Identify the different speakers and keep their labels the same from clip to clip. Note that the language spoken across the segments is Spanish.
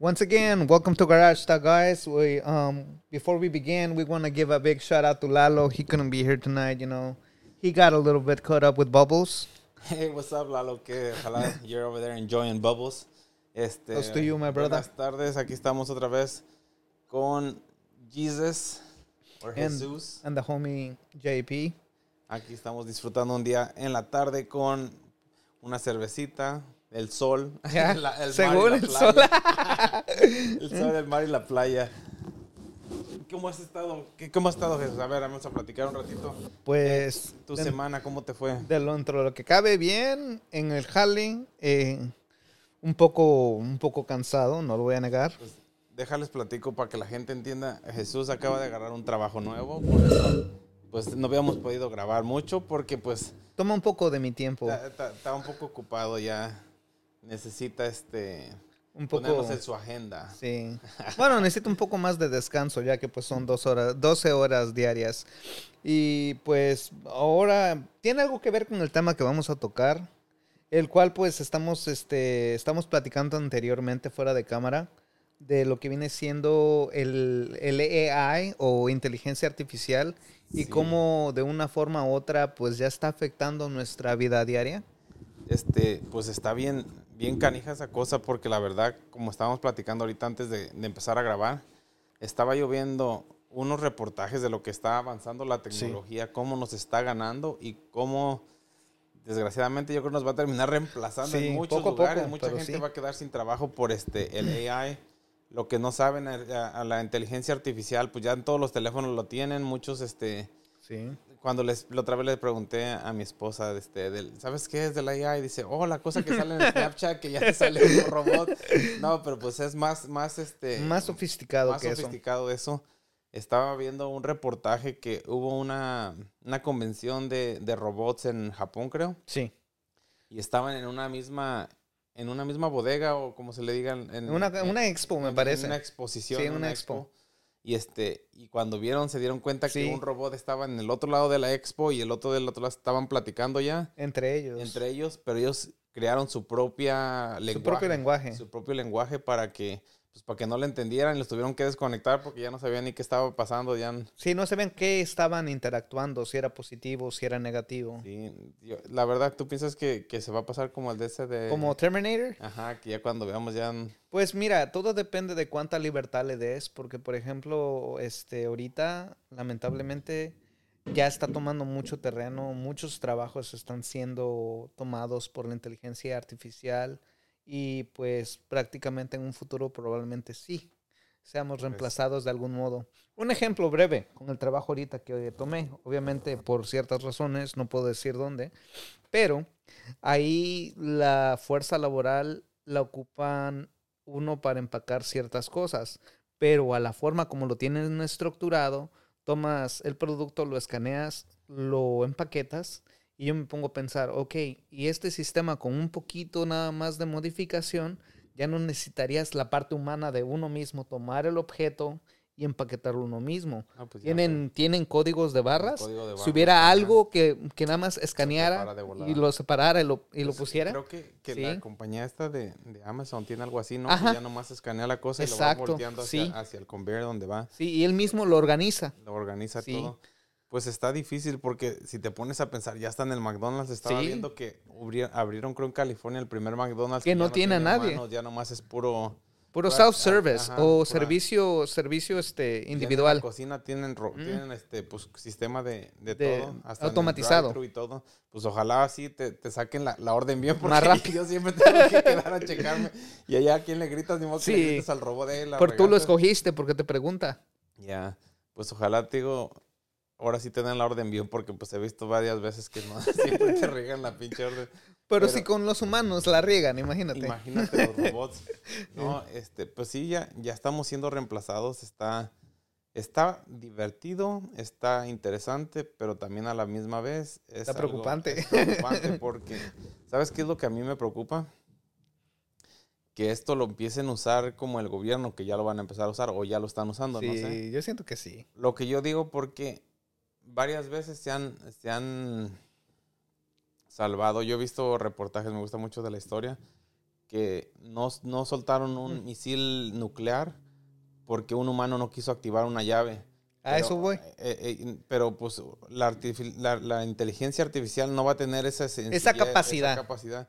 Speaker 1: Once again, welcome to Garage Talk, guys. We um before we begin, we want to give a big shout out to Lalo. He couldn't be here tonight. You know, he got a little bit caught up with bubbles.
Speaker 2: Hey, what's up, Lalo? Que ojalá you're over there enjoying bubbles. Este,
Speaker 1: Those to you, my brother.
Speaker 2: Buenas tardes, aquí estamos otra vez con Jesus o
Speaker 1: And-
Speaker 2: Jesús.
Speaker 1: and the homie JP.
Speaker 2: Aquí estamos disfrutando un día en la tarde con una cervecita, el sol.
Speaker 1: Ya,
Speaker 2: la- mar y
Speaker 1: según
Speaker 2: la Eh,
Speaker 1: el
Speaker 2: playa.
Speaker 1: sol.
Speaker 2: el sol, el mar y la playa. ¿Cómo has estado? ¿Qué- ¿Cómo has estado, Jesús? A ver, vamos a platicar un ratito.
Speaker 1: Pues
Speaker 2: Tu
Speaker 1: den-
Speaker 2: semana, ¿cómo te fue?
Speaker 1: de lo, entre lo que cabe bien en el jale, eh, un poco un poco cansado, no lo voy a negar.
Speaker 2: Pues, déjales platico para que la gente entienda. Jesús acaba de agarrar un trabajo nuevo, por eso pues no habíamos podido grabar mucho porque pues
Speaker 1: Toma un poco de mi tiempo,
Speaker 2: ta- ta- estaba un poco ocupado ya. Necesita este
Speaker 1: un poco.
Speaker 2: ponernos en su agenda.
Speaker 1: Sí. Bueno, necesito un poco más de descanso, ya que pues son dos horas, 12 horas diarias. Y pues ahora tiene algo que ver con el tema que vamos a tocar, el cual pues estamos, este, estamos platicando anteriormente fuera de cámara de lo que viene siendo el, el AI o inteligencia artificial y
Speaker 2: Sí.
Speaker 1: cómo de una forma u otra pues ya está afectando nuestra vida diaria.
Speaker 2: Este, pues está bien bien canija esa cosa porque la verdad, como estábamos platicando ahorita antes de, de empezar a grabar, estaba lloviendo unos reportajes de lo que está avanzando la tecnología, cómo nos está ganando y cómo desgraciadamente yo creo que nos va a terminar reemplazando
Speaker 1: Sí,
Speaker 2: en muchos
Speaker 1: poco a
Speaker 2: lugares.
Speaker 1: poco,
Speaker 2: Mucha
Speaker 1: pero
Speaker 2: gente
Speaker 1: sí.
Speaker 2: va a quedar sin trabajo por este el AI. Lo que no saben a, a la inteligencia artificial, pues ya en todos los teléfonos lo tienen, muchos este
Speaker 1: Sí.
Speaker 2: cuando les, la otra vez le pregunté a mi esposa, este, del, ¿sabes qué es del AI? Dice, oh, la cosa que sale en el Snapchat, que ya te sale un robot. No, pero pues es más, más, este,
Speaker 1: Más sofisticado
Speaker 2: más
Speaker 1: que
Speaker 2: sofisticado eso. Estaba viendo un reportaje que hubo una, una convención de, de robots en Japón, creo,
Speaker 1: eso. Sí.
Speaker 2: y estaban en una misma, en una misma bodega o como se le digan. En,
Speaker 1: Una,
Speaker 2: en-
Speaker 1: una expo, me
Speaker 2: en-
Speaker 1: parece.
Speaker 2: En una exposición.
Speaker 1: Sí,
Speaker 2: en
Speaker 1: una
Speaker 2: una
Speaker 1: expo.
Speaker 2: expo. Y, este, y cuando vieron, se dieron cuenta
Speaker 1: Sí.
Speaker 2: que un robot estaba en el otro lado de la expo y el otro del otro lado estaban platicando ya
Speaker 1: Entre ellos.
Speaker 2: entre ellos, pero ellos crearon su propia lenguaje.
Speaker 1: Su propio lenguaje.
Speaker 2: Su propio lenguaje para que, pues, para que no lo entendieran y los tuvieron que desconectar porque ya no sabían ni qué estaba pasando. Ya, n-
Speaker 1: Sí, no sabían qué estaban interactuando, si era positivo, si era negativo.
Speaker 2: sí, yo- la verdad, ¿tú piensas que, que se va a pasar como el de ese de...
Speaker 1: Como Terminator,
Speaker 2: Ajá, que ya cuando veamos ya... n-
Speaker 1: pues mira, todo depende de cuánta libertad le des, porque por ejemplo, este ahorita lamentablemente ya está tomando mucho terreno, muchos trabajos están siendo tomados por la inteligencia artificial y pues prácticamente en un futuro probablemente sí seamos reemplazados de algún modo. Un ejemplo breve con el trabajo ahorita que tomé, obviamente por ciertas razones, no puedo decir dónde, pero ahí la fuerza laboral la ocupan uno para empacar ciertas cosas, pero a la forma como lo tienen estructurado, tomas el producto, lo escaneas, lo empaquetas y yo me pongo a pensar, ok, y este sistema con un poquito nada más de modificación, ya no necesitarías la parte humana de uno mismo tomar el objeto y empaquetarlo uno mismo.
Speaker 2: ah, pues ya,
Speaker 1: Tienen, tienen códigos de barras.
Speaker 2: código de
Speaker 1: si
Speaker 2: barras,
Speaker 1: hubiera
Speaker 2: ajá.
Speaker 1: algo que, que nada más escaneara
Speaker 2: separa de volada.
Speaker 1: y lo separara y lo, y lo
Speaker 2: Pues,
Speaker 1: pusiera.
Speaker 2: Creo que, que la
Speaker 1: Sí.
Speaker 2: compañía esta de, de Amazon tiene algo así, ¿no?
Speaker 1: Ajá.
Speaker 2: Que ya nomás escanea la cosa y lo
Speaker 1: Exacto,
Speaker 2: va volteando hacia,
Speaker 1: sí.
Speaker 2: hacia el conveyor donde va,
Speaker 1: Sí, y él mismo lo organiza.
Speaker 2: lo organiza
Speaker 1: Sí.
Speaker 2: todo. Pues está difícil porque si te pones a pensar, ya está en el McDonald's, estaba
Speaker 1: Sí.
Speaker 2: viendo que abri- abrieron, creo en California, el primer McDonald's.
Speaker 1: Que no
Speaker 2: ya
Speaker 1: tiene a nadie.
Speaker 2: manos, ya nomás es puro...
Speaker 1: Puro
Speaker 2: Pura-
Speaker 1: self-service
Speaker 2: ajá,
Speaker 1: o
Speaker 2: pura-
Speaker 1: servicio, servicio este,
Speaker 2: ya en la
Speaker 1: individual. Mm.
Speaker 2: cocina tienen, ro- tienen este pues, sistema de, de
Speaker 1: De-
Speaker 2: todo. hasta en el
Speaker 1: automatizado.
Speaker 2: drive-thru y todo. Pues ojalá así te, te saquen la, la orden bien porque
Speaker 1: Más rápido.
Speaker 2: yo siempre tengo que quedar a checarme. Y allá a quién le gritas, ni modo que le
Speaker 1: Sí.
Speaker 2: grites al robot de él.
Speaker 1: Por tú lo escogiste porque te pregunta.
Speaker 2: Ya, pues ojalá, te digo, ahora sí te dan la orden bien porque pues he visto varias veces que no, siempre te regan la pinche orden.
Speaker 1: Pero,
Speaker 2: Pero-
Speaker 1: si con los humanos la riegan, imagínate.
Speaker 2: Imagínate los robots. No, este, pues sí, ya, ya estamos siendo reemplazados. Está, está divertido, está interesante, pero también a la misma vez es
Speaker 1: Está preocupante.
Speaker 2: es preocupante porque, ¿sabes qué es lo que a mí me preocupa? Que esto lo empiecen a usar como el gobierno, que ya lo van a empezar a usar o ya lo están usando, no
Speaker 1: sí,
Speaker 2: sé
Speaker 1: yo siento que sí.
Speaker 2: lo que yo digo porque varias veces se han, se han salvado. Yo he visto reportajes, me gusta mucho de la historia, que no, no soltaron un misil nuclear porque un humano no quiso activar una llave.
Speaker 1: A eso voy.
Speaker 2: eh, eh, pero pues la, artifi- la- la inteligencia artificial no va a tener esa, sencillez,
Speaker 1: capacidad.
Speaker 2: esa capacidad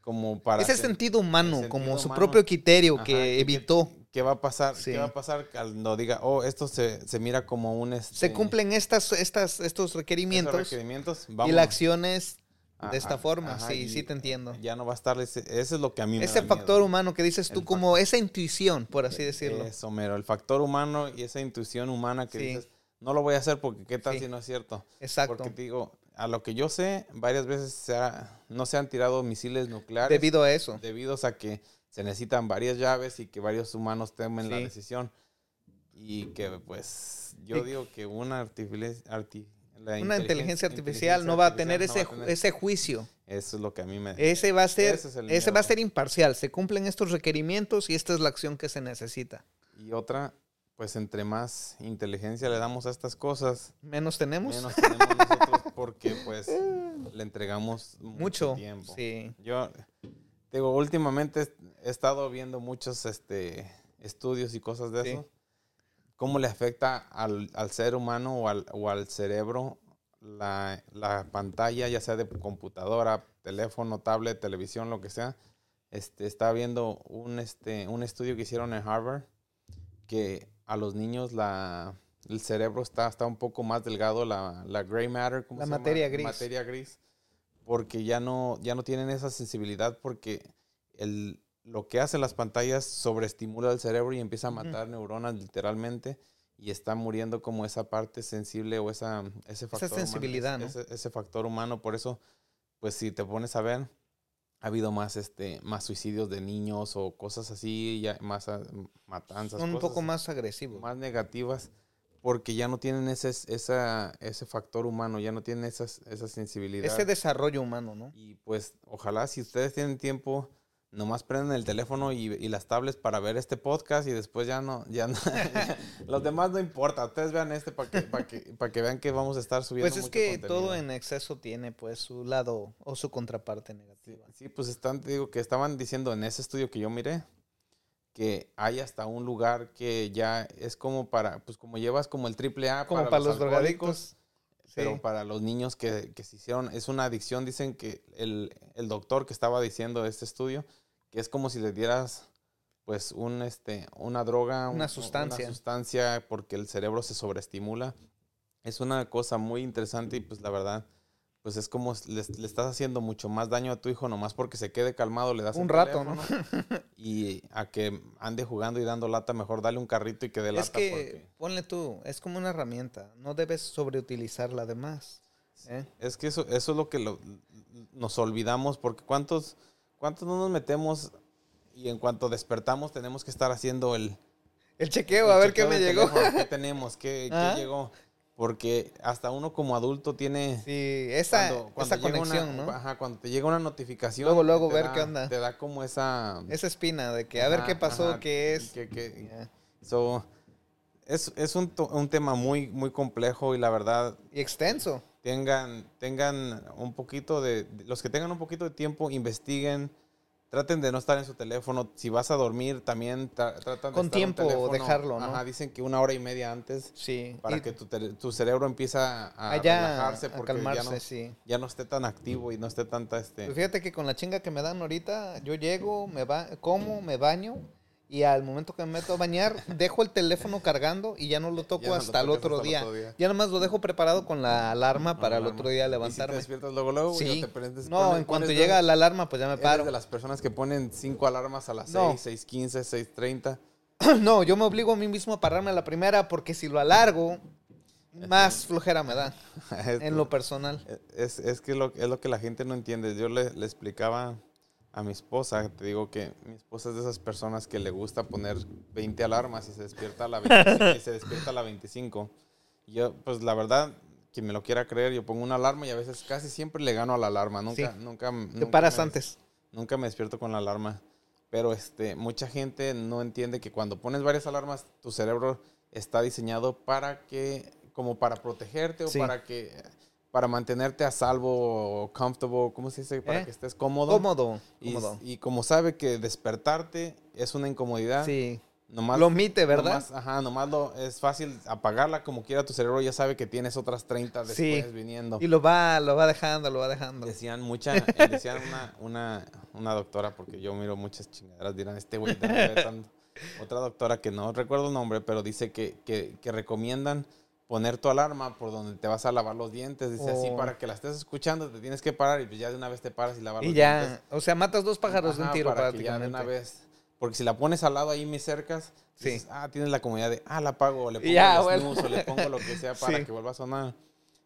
Speaker 2: como para
Speaker 1: Ese
Speaker 2: hacer-
Speaker 1: sentido humano,
Speaker 2: sentido
Speaker 1: como su
Speaker 2: humano.
Speaker 1: propio criterio
Speaker 2: Ajá,
Speaker 1: que evitó.
Speaker 2: ¿Qué va a pasar?
Speaker 1: Sí.
Speaker 2: ¿Qué va a pasar cuando diga, oh, esto se, se mira como un... este,
Speaker 1: Se cumplen estas, estas, estos
Speaker 2: esos
Speaker 1: requerimientos
Speaker 2: requerimientos?
Speaker 1: y
Speaker 2: vámonos.
Speaker 1: la acción es
Speaker 2: Ah,
Speaker 1: de esta
Speaker 2: ah,
Speaker 1: forma.
Speaker 2: ajá,
Speaker 1: sí,
Speaker 2: y
Speaker 1: sí te entiendo.
Speaker 2: Ya no va a estar ese, ese es lo que a mí me
Speaker 1: Ese
Speaker 2: da miedo.
Speaker 1: factor humano que dices tú,
Speaker 2: El
Speaker 1: como esa intuición, por así decirlo.
Speaker 2: Eso, mero, el factor humano y esa intuición humana que
Speaker 1: Sí.
Speaker 2: dices, no lo voy a hacer porque qué tal
Speaker 1: Sí.
Speaker 2: si no es cierto.
Speaker 1: Exacto.
Speaker 2: Porque te digo, a lo que yo sé, varias veces se ha- no se han tirado misiles nucleares
Speaker 1: Debido a eso.
Speaker 2: debido a que se necesitan varias llaves y que varios humanos temen la
Speaker 1: Sí.
Speaker 2: decisión. Y que pues yo
Speaker 1: Y-
Speaker 2: digo que una, artifici- arti- la
Speaker 1: Una inteligencia artificial no va a tener, ese,
Speaker 2: artificial no va a tener-
Speaker 1: ese juicio.
Speaker 2: Eso es lo que a mí me...
Speaker 1: Ese va a ser,
Speaker 2: Ese es el
Speaker 1: ese va a
Speaker 2: miedo.
Speaker 1: ser imparcial. Se cumplen estos requerimientos y esta es la acción que se necesita.
Speaker 2: Y otra, pues entre más inteligencia le damos a estas cosas,
Speaker 1: Menos tenemos.
Speaker 2: menos tenemos nosotros porque pues le entregamos mucho,
Speaker 1: Mucho.
Speaker 2: tiempo.
Speaker 1: Sí.
Speaker 2: Yo te digo, últimamente he estado viendo muchos este, estudios y cosas de
Speaker 1: Sí.
Speaker 2: eso. ¿Cómo le afecta al, al ser humano o al, o al cerebro la, la pantalla, ya sea de computadora, teléfono, tablet, televisión, lo que sea? Este, estaba viendo un, este, un estudio que hicieron en Harvard que a los niños la, el cerebro está, está un poco más delgado, la, la gray matter, ¿cómo
Speaker 1: La
Speaker 2: se llama?
Speaker 1: materia gris.
Speaker 2: Materia gris, porque ya no, ya no tienen esa sensibilidad porque el, lo que hacen las pantallas sobreestimula el cerebro y empieza a
Speaker 1: Ujú.
Speaker 2: matar neuronas literalmente y está muriendo como esa parte sensible o esa, ese factor humano,
Speaker 1: sensibilidad, ¿no?
Speaker 2: ese- ese- ese factor humano, por eso, pues si te pones a ver, ha habido más este más suicidios de niños o cosas así, ya más ah, matanzas.
Speaker 1: Son un
Speaker 2: cosas
Speaker 1: poco más agresivos.
Speaker 2: más negativas porque ya no tienen ese, esa, ese factor humano, ya no tienen esas, esa sensibilidad.
Speaker 1: Ese desarrollo humano, ¿no?
Speaker 2: Y pues ojalá si ustedes tienen tiempo, nomás prenden el teléfono y, y las tablets para ver este podcast y después ya no, ya no- los demás no importa, ustedes vean este para que, para que, para que vean que vamos a estar subiendo.
Speaker 1: Pues es
Speaker 2: mucho
Speaker 1: que todo
Speaker 2: contenido.
Speaker 1: en exceso tiene pues su lado o su contraparte
Speaker 2: Sí,
Speaker 1: negativa.
Speaker 2: sí, pues están, te digo que estaban diciendo en ese estudio que yo miré que hay hasta un lugar que ya es como para, pues como llevas como el triple A
Speaker 1: Como para, los
Speaker 2: alcohólicos,
Speaker 1: drogadictos. Sí.
Speaker 2: pero para los niños que, que se hicieron, es una adicción, dicen que el, el doctor que estaba diciendo de este estudio, que es como si le dieras pues un este una droga, un-
Speaker 1: Una sustancia.
Speaker 2: una sustancia porque el cerebro se sobreestimula. Es una cosa muy interesante y pues la verdad pues es como s- le, le estás haciendo mucho más daño a tu hijo nomás porque se quede calmado, le das
Speaker 1: Un
Speaker 2: el
Speaker 1: rato, ¿no?
Speaker 2: teléfono, Y a que ande jugando y dando lata, mejor dale un carrito y que dé lata
Speaker 1: es que,
Speaker 2: porque
Speaker 1: ponle tú, es como una herramienta. No debes sobreutilizarla además. ¿eh?
Speaker 2: Es que eso, eso es lo que lo- nos olvidamos, porque ¿cuántos, ¿cuántos no nos metemos y en cuanto despertamos tenemos que estar haciendo el...
Speaker 1: El chequeo,
Speaker 2: el
Speaker 1: a ver
Speaker 2: chequeo
Speaker 1: qué me
Speaker 2: del
Speaker 1: llegó.
Speaker 2: teléfono, ¿Qué tenemos? ¿Qué, qué
Speaker 1: Ah.
Speaker 2: llegó? Porque hasta uno como adulto tiene...
Speaker 1: Sí, esa, esa
Speaker 2: llega una-
Speaker 1: conexión, ¿no?
Speaker 2: Ajá, cuando te llega una notificación...
Speaker 1: Luego, luego
Speaker 2: te
Speaker 1: ver
Speaker 2: da-
Speaker 1: qué onda.
Speaker 2: Te da como esa...
Speaker 1: Esa espina de que a ver qué
Speaker 2: Ajá,
Speaker 1: pasó,
Speaker 2: ajá,
Speaker 1: qué es.
Speaker 2: que- que-
Speaker 1: Ya.
Speaker 2: so, es, es un, to- un tema muy, muy complejo y la verdad
Speaker 1: Y extenso.
Speaker 2: tengan, tengan un poquito de, de- los que tengan un poquito de tiempo, investiguen, traten de no estar en su teléfono, si vas a dormir también tra- tratan de
Speaker 1: Con
Speaker 2: estar un
Speaker 1: tiempo
Speaker 2: teléfono,
Speaker 1: dejarlo, ¿no?
Speaker 2: Ajá, dicen que una hora y media antes
Speaker 1: Sí.
Speaker 2: para
Speaker 1: y
Speaker 2: que tu, tele- tu cerebro empieza a
Speaker 1: allá
Speaker 2: relajarse
Speaker 1: a
Speaker 2: porque
Speaker 1: calmarse,
Speaker 2: ya, no,
Speaker 1: sí.
Speaker 2: ya no esté tan activo y no esté tanta este
Speaker 1: Pues fíjate que con la chinga que me dan ahorita, yo llego, me ba como, me baño y al momento que me meto a bañar, dejo el teléfono cargando y ya no lo toco
Speaker 2: no lo
Speaker 1: hasta, el
Speaker 2: toques
Speaker 1: otro
Speaker 2: hasta el
Speaker 1: día.
Speaker 2: otro día.
Speaker 1: Ya nomás lo dejo preparado con la alarma para el
Speaker 2: alarma.
Speaker 1: otro día
Speaker 2: y si te
Speaker 1: levantarme.
Speaker 2: despiertas luego luego y
Speaker 1: sí.
Speaker 2: te prendes-
Speaker 1: no,
Speaker 2: pones-
Speaker 1: en cuanto
Speaker 2: pones
Speaker 1: llega
Speaker 2: dos-
Speaker 1: la alarma, pues ya me
Speaker 2: eres
Speaker 1: paro.
Speaker 2: de las personas que ponen cinco alarmas a las
Speaker 1: No.
Speaker 2: 6, 6, 15, 6, 30.
Speaker 1: no, yo me obligo a mí mismo a pararme a la primera porque si lo alargo, más flojera me da en lo personal.
Speaker 2: Eh, Es, es que lo, es lo que la gente no entiende. Yo le, le explicaba a mi esposa, te digo que mi esposa es de esas personas que le gusta poner 20 alarmas y se despierta a la 25. y se despierta a la 25. Yo, pues la verdad, quien me lo quiera creer, yo pongo una alarma y a veces casi siempre le gano a la alarma. Nunca,
Speaker 1: Sí.
Speaker 2: nunca,
Speaker 1: Te
Speaker 2: nunca
Speaker 1: paras
Speaker 2: me-
Speaker 1: antes.
Speaker 2: Nunca me despierto con la alarma. Pero este, mucha gente no entiende que cuando pones varias alarmas, tu cerebro está diseñado para que, como para protegerte o
Speaker 1: Sí.
Speaker 2: para que, para mantenerte a salvo o comfortable, ¿cómo se dice? Para
Speaker 1: ¿Eh?
Speaker 2: que estés cómodo.
Speaker 1: Cómodo.
Speaker 2: Y,
Speaker 1: cómodo.
Speaker 2: y como sabe que despertarte es una incomodidad,
Speaker 1: sí.
Speaker 2: nomás,
Speaker 1: lo omite, ¿verdad?
Speaker 2: nomás- ajá, nomás lo, es fácil apagarla como quiera tu cerebro, ya sabe que tienes otras 30 después
Speaker 1: Sí.
Speaker 2: viniendo.
Speaker 1: y lo va, lo va dejando, lo va dejando.
Speaker 2: Decían mucha, eh, decían una, una, una doctora, porque yo miro muchas chingaderas, dirán, este güey te anda inventando". Otra doctora que no recuerdo el nombre, pero dice que, que, que recomiendan poner tu alarma por donde te vas a lavar los dientes. Dice así,
Speaker 1: Oh.
Speaker 2: para que la estés escuchando, te tienes que parar y pues ya de una vez te paras y lavas
Speaker 1: Y
Speaker 2: los
Speaker 1: ya,
Speaker 2: dientes.
Speaker 1: o sea, matas dos pájaros de un
Speaker 2: Ajá,
Speaker 1: tiro
Speaker 2: para que ya de
Speaker 1: prácticamente.
Speaker 2: una vez. Porque si la pones al lado ahí, mis cercas,
Speaker 1: Sí.
Speaker 2: dices, ah, tienes la comodidad de, ah, la apago, o le
Speaker 1: Y
Speaker 2: pongo
Speaker 1: ya,
Speaker 2: el
Speaker 1: bueno.
Speaker 2: snooze, o le pongo lo que sea para
Speaker 1: Sí.
Speaker 2: que vuelva a sonar.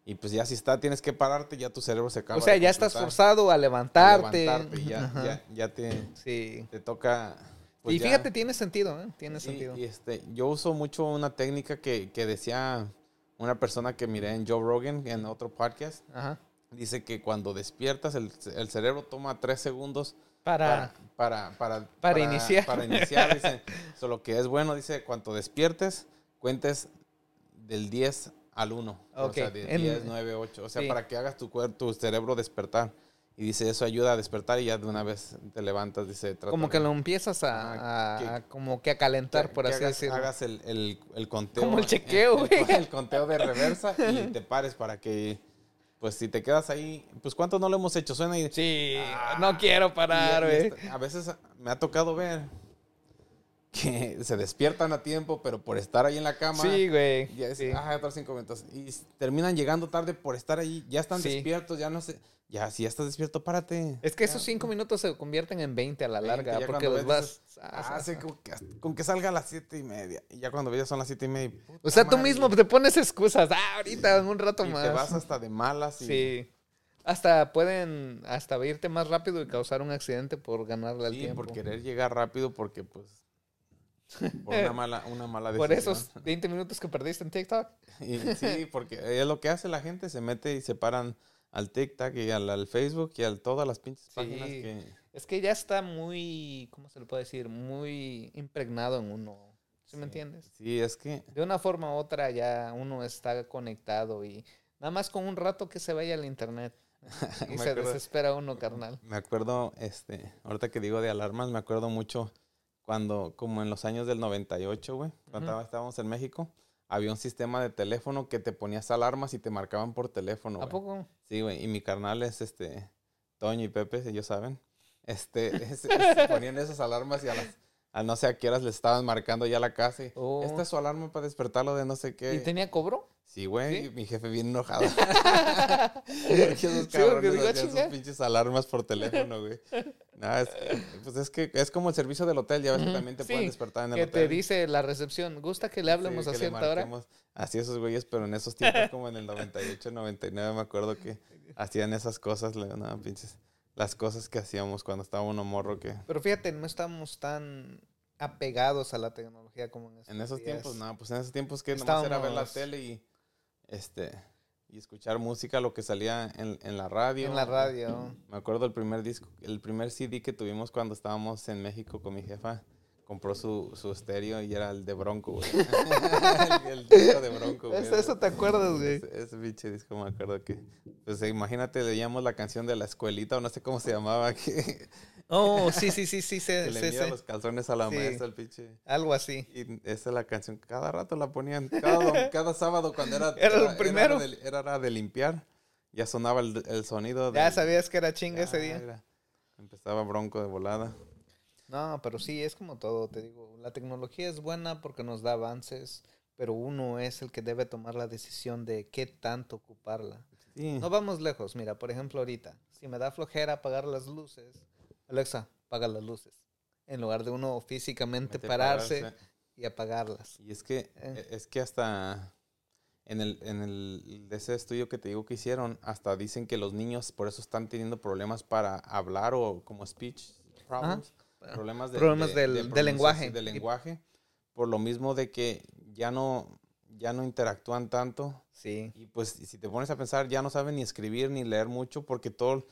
Speaker 2: Y pues ya si está, tienes que pararte, ya tu cerebro se acaba
Speaker 1: o sea,
Speaker 2: de
Speaker 1: ya estás
Speaker 2: completar
Speaker 1: forzado a
Speaker 2: a
Speaker 1: levantarte.
Speaker 2: levantarte y ya,
Speaker 1: Ajá.
Speaker 2: ya, ya te,
Speaker 1: Sí.
Speaker 2: te toca. pues,
Speaker 1: y
Speaker 2: ya.
Speaker 1: fíjate, tiene sentido, ¿eh? Tiene
Speaker 2: Y-
Speaker 1: sentido.
Speaker 2: y, este, yo uso mucho una técnica que, que decía una persona que miré en Joe Rogan, en otro podcast.
Speaker 1: Ajá.
Speaker 2: Dice que cuando despiertas, el, el cerebro toma tres segundos
Speaker 1: Para.
Speaker 2: para, para, para,
Speaker 1: iniciar.
Speaker 2: Para iniciar, dice. Solo que es bueno, dice, cuando despiertes, cuentes del 10 al 1. O
Speaker 1: Ok,
Speaker 2: sea, de
Speaker 1: en-
Speaker 2: 10, 9, 8. O sea,
Speaker 1: sí.
Speaker 2: para que hagas tu, cuer- tu cerebro despertar. Y dice, eso ayuda a despertar y ya de una vez te levantas, dice. trata
Speaker 1: como que
Speaker 2: de-
Speaker 1: lo empiezas a,
Speaker 2: Ajá,
Speaker 1: a-
Speaker 2: Ah, que-
Speaker 1: a como que a calentar,
Speaker 2: que-
Speaker 1: por
Speaker 2: que
Speaker 1: así
Speaker 2: hagas,
Speaker 1: decirlo.
Speaker 2: Hagas el, el- el conteo.
Speaker 1: Como el chequeo,
Speaker 2: el- el-
Speaker 1: güey.
Speaker 2: el conteo de reversa y te pares para que, pues si te quedas ahí, pues ¿cuánto no lo hemos hecho? Suena y
Speaker 1: Sí,
Speaker 2: Ah,
Speaker 1: no quiero parar, ¿eh?
Speaker 2: y- y
Speaker 1: güey.
Speaker 2: esta- A veces me ha tocado ver que se despiertan a tiempo, pero por estar ahí en la cama.
Speaker 1: Sí, güey.
Speaker 2: Ya es,
Speaker 1: sí.
Speaker 2: "Ah, otros cinco minutos. Y s- terminan llegando tarde por estar ahí. Ya están
Speaker 1: Sí.
Speaker 2: despiertos, ya no sé. Ya, si ya estás despierto, párate.
Speaker 1: Es que esos cinco minutos se convierten en 20 a la larga,
Speaker 2: 20, ya
Speaker 1: porque
Speaker 2: cuando
Speaker 1: los
Speaker 2: ves,
Speaker 1: vas...
Speaker 2: dices, Ah, sí, con, que, con que salga a las siete y media. Y ya cuando veas son las siete y media. y
Speaker 1: o sea,
Speaker 2: puta
Speaker 1: tú
Speaker 2: madre,
Speaker 1: mismo te pones excusas. Ah, ahorita, en un rato
Speaker 2: Y
Speaker 1: más.
Speaker 2: te vas hasta de malas. Y,
Speaker 1: Sí. Hasta pueden hasta irte más rápido y causar un accidente por ganarle al
Speaker 2: sí,
Speaker 1: tiempo.
Speaker 2: por querer llegar rápido, porque pues. Por una mala, una mala decisión.
Speaker 1: Por esos 20 minutos que perdiste en TikTok.
Speaker 2: Y sí, porque es lo que hace la gente, se mete y se paran al TikTok y al, al Facebook y a todas las pinches páginas
Speaker 1: Sí.
Speaker 2: que...
Speaker 1: Es que ya está muy, ¿cómo se le puede decir? Muy impregnado en uno. ¿Sí, me
Speaker 2: Sí.
Speaker 1: entiendes?
Speaker 2: Sí, es que...
Speaker 1: De una forma u otra ya uno está conectado y nada más con un rato que se vaya al internet.
Speaker 2: Me
Speaker 1: Y se
Speaker 2: acuerdo-
Speaker 1: desespera uno, carnal.
Speaker 2: Me acuerdo, este, ahorita que digo de alarmas, me acuerdo mucho cuando, como en los años del 98, güey, cuando
Speaker 1: Ujú.
Speaker 2: estábamos en México, había un sistema de teléfono que te ponías alarmas y te marcaban por teléfono,
Speaker 1: ¿A
Speaker 2: güey.
Speaker 1: poco?
Speaker 2: Sí, güey, y mi carnal es, este, Toño y Pepe, ellos saben, este, es- es- ponían esas alarmas y a las... A no sé a qué horas le estaban marcando ya la casa y,
Speaker 1: Oh.
Speaker 2: Esta es su alarma para despertarlo de no sé qué.
Speaker 1: ¿Y tenía cobro?
Speaker 2: Sí, güey,
Speaker 1: ¿Sí?
Speaker 2: y mi jefe bien enojado. porque esos
Speaker 1: Sí, porque
Speaker 2: cabrones
Speaker 1: digo,
Speaker 2: hacían sus
Speaker 1: "Chinga".
Speaker 2: pinches alarmas por teléfono, güey. No, es, pues es que es como el servicio del hotel, ya ves que también te
Speaker 1: Sí,
Speaker 2: pueden despertar en el
Speaker 1: Que te
Speaker 2: hotel.
Speaker 1: dice la recepción, ¿gusta que le hablemos
Speaker 2: Sí,
Speaker 1: a
Speaker 2: que le
Speaker 1: cierta hora?
Speaker 2: marquemos. Así esos güeyes, pero en esos tiempos, como en el 98, 99, me acuerdo que hacían esas cosas, le- no, pinches, las cosas que hacíamos cuando estaba uno morro que...
Speaker 1: Pero fíjate, no estamos tan apegados a la tecnología como en,
Speaker 2: En esos
Speaker 1: días.
Speaker 2: tiempos, no, pues en esos tiempos que nomás era ver la
Speaker 1: Estábamos-
Speaker 2: tele y este y escuchar música, lo que salía en, en la radio.
Speaker 1: En la radio.
Speaker 2: Me acuerdo el primer disco, el primer CD que tuvimos cuando estábamos en México con mi jefa. Compró su, su estéreo y era el de Bronco, güey. el, el disco de Bronco, güey.
Speaker 1: Eso, eso te acuerdas, güey.
Speaker 2: Ese, ese pinche disco me acuerdo que... Pues eh, imagínate, leíamos la canción de la escuelita o no sé cómo se llamaba. Que,
Speaker 1: Oh, sí, sí, sí, sí,
Speaker 2: que
Speaker 1: sé,
Speaker 2: le
Speaker 1: sé,
Speaker 2: mira
Speaker 1: sé.
Speaker 2: los calzones a la
Speaker 1: Sí.
Speaker 2: maestra, el pinche...
Speaker 1: Algo así.
Speaker 2: Y esa es la canción, cada rato la ponían, cada, dom- cada sábado cuando era,
Speaker 1: Era el primero.
Speaker 2: Era, de, era hora de limpiar, ya sonaba el, el sonido.
Speaker 1: Ya
Speaker 2: del-
Speaker 1: sabías que era chinga ese
Speaker 2: Ah,
Speaker 1: día.
Speaker 2: era- empezaba bronco de volada.
Speaker 1: No, pero sí, es como todo, te digo. La tecnología es buena porque nos da avances, pero uno es el que debe tomar la decisión de qué tanto ocuparla.
Speaker 2: Sí,
Speaker 1: No vamos lejos, mira, por ejemplo, ahorita, si me da flojera apagar las luces, Alexa, apaga las luces. En lugar de uno físicamente
Speaker 2: mete
Speaker 1: pararse, y apagarlas.
Speaker 2: Y es que, e,
Speaker 1: Eh.
Speaker 2: es que hasta en el, en el de ese estudio que te digo que hicieron, hasta dicen que los niños por eso están teniendo problemas para hablar o como speech problems. Problemas, de,
Speaker 1: Problemas
Speaker 2: de-
Speaker 1: del-
Speaker 2: de
Speaker 1: del
Speaker 2: pronunciación,
Speaker 1: lenguaje.
Speaker 2: del
Speaker 1: Y-
Speaker 2: lenguaje. Por lo mismo de que ya no, ya no interactúan tanto.
Speaker 1: Sí.
Speaker 2: Y pues si te pones a pensar, ya no saben ni escribir ni leer mucho porque todo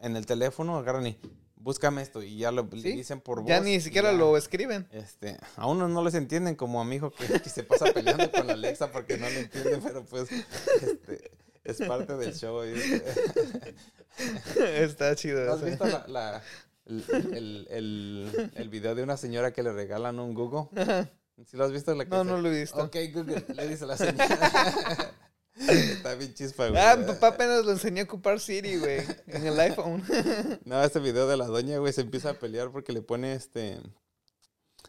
Speaker 2: en el teléfono agarran y búscame esto y ya lo le
Speaker 1: Sí,
Speaker 2: dicen por voz.
Speaker 1: Ya ni
Speaker 2: y
Speaker 1: siquiera
Speaker 2: ya,
Speaker 1: lo escriben.
Speaker 2: Este, a unos no les entienden como a mi hijo que, que se pasa peleando con la Alexa porque no le entiende, pero pues este, Es parte del show. ¿sí?
Speaker 1: Está chido
Speaker 2: ¿No ¿Has
Speaker 1: eso.
Speaker 2: visto la- la- el, el- el- el video de una señora que le regalan un Google? ¿Sí lo has visto? La que
Speaker 1: No,
Speaker 2: se-
Speaker 1: no lo he visto.
Speaker 2: Ok, Google, le dice la señora. Está bien chispa, güey.
Speaker 1: Ah, mi papá apenas lo enseñó a ocupar Siri, güey, en el iPhone.
Speaker 2: No, este video de la doña, güey, se empieza a pelear porque le pone este.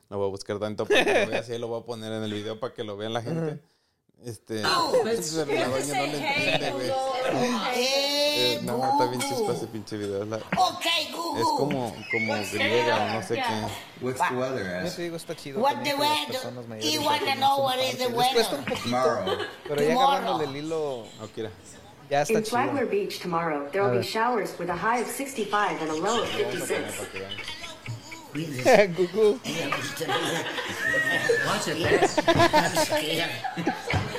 Speaker 2: Lo voy a buscar tanto para que lo veas y ahí lo voy a poner en el video para que lo vean la gente. Este. entonces
Speaker 3: pues,
Speaker 2: la doña no le entiende, güey. Eh, no, está bien chispa ese pinche video. la-
Speaker 4: Okay, Google.
Speaker 2: es como, como griega o no sé qué.
Speaker 5: What's the weather
Speaker 1: Yo
Speaker 5: as
Speaker 1: te digo, está chido.
Speaker 4: What
Speaker 1: también
Speaker 4: the
Speaker 1: que las
Speaker 4: weather?
Speaker 1: personas mayores
Speaker 4: You wanna
Speaker 1: reconocen
Speaker 4: know what is
Speaker 1: parte.
Speaker 4: the
Speaker 1: Les cuesta
Speaker 4: weather?
Speaker 1: un poquito,
Speaker 5: tomorrow?
Speaker 1: pero ya
Speaker 4: Tomorrow.
Speaker 1: agarrándole el hilo,
Speaker 2: No quiera.
Speaker 1: ya está
Speaker 3: In
Speaker 1: chido.
Speaker 3: Flagler Beach tomorrow, there will be showers with a high of 65 and a low of 56.
Speaker 2: Para que vean.
Speaker 1: Google.
Speaker 4: Watch it, I'm scared.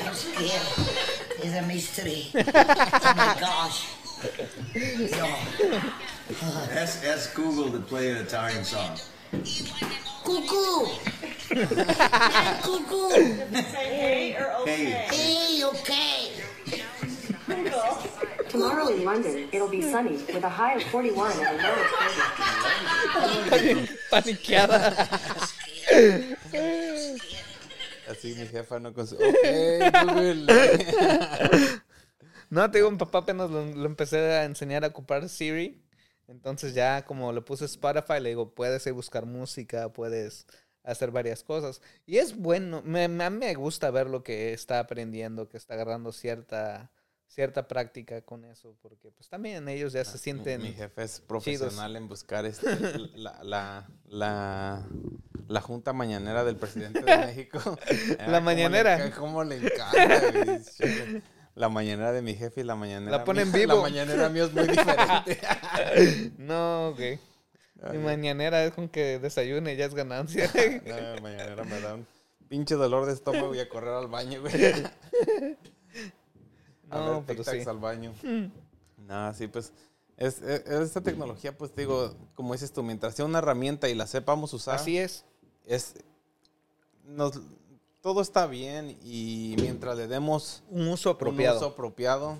Speaker 4: I'm scared. It's a mystery. Oh my gosh.
Speaker 5: Ask, ask Google to play an Italian song.
Speaker 4: Cuckoo. Hey, cuckoo.
Speaker 5: Hey,
Speaker 4: Hey, okay.
Speaker 3: Tomorrow in London, it'll be sunny with a high of 41 and a low of 30.
Speaker 1: Paniqueada.
Speaker 2: Así mi jefa no con su. Ok, Google.
Speaker 1: No, te digo, mi papá apenas lo, lo empecé a enseñar a ocupar Siri. Entonces ya como le puse Spotify, le digo, puedes ir a buscar música, puedes hacer varias cosas. Y es bueno, me, me- a mí me gusta ver lo que está aprendiendo, que está agarrando cierta, cierta práctica con eso, porque pues también ellos ya se sienten...
Speaker 2: Ah, Mi jefe es profesional en buscar este, la, la, la, la junta mañanera del presidente de México. Ah, cómo le
Speaker 1: mañanera.
Speaker 2: enca- ¿Cómo le encanta? güey. Chale. La mañanera de mi jefe y la mañanera
Speaker 1: La pone en
Speaker 2: mía.
Speaker 1: vivo.
Speaker 2: La mañanera mía es muy diferente.
Speaker 1: No, güey.
Speaker 2: Ah,
Speaker 1: Mi mañanera es con que desayune, ya es ganancia.
Speaker 2: No, la mañanera me da un pinche dolor de estómago y a correr al baño, güey. A
Speaker 1: No,
Speaker 2: ver,
Speaker 1: pero
Speaker 2: tic-tacs
Speaker 1: sí. Mm.
Speaker 2: al baño. No, sí, pues. Es, es- esta tecnología, pues te digo, como dices tú, mientras sea una herramienta y la sepamos usar.
Speaker 1: Así es.
Speaker 2: es nos- todo está bien y mientras le demos
Speaker 1: Un uso
Speaker 2: un
Speaker 1: apropiado.
Speaker 2: uso apropiado,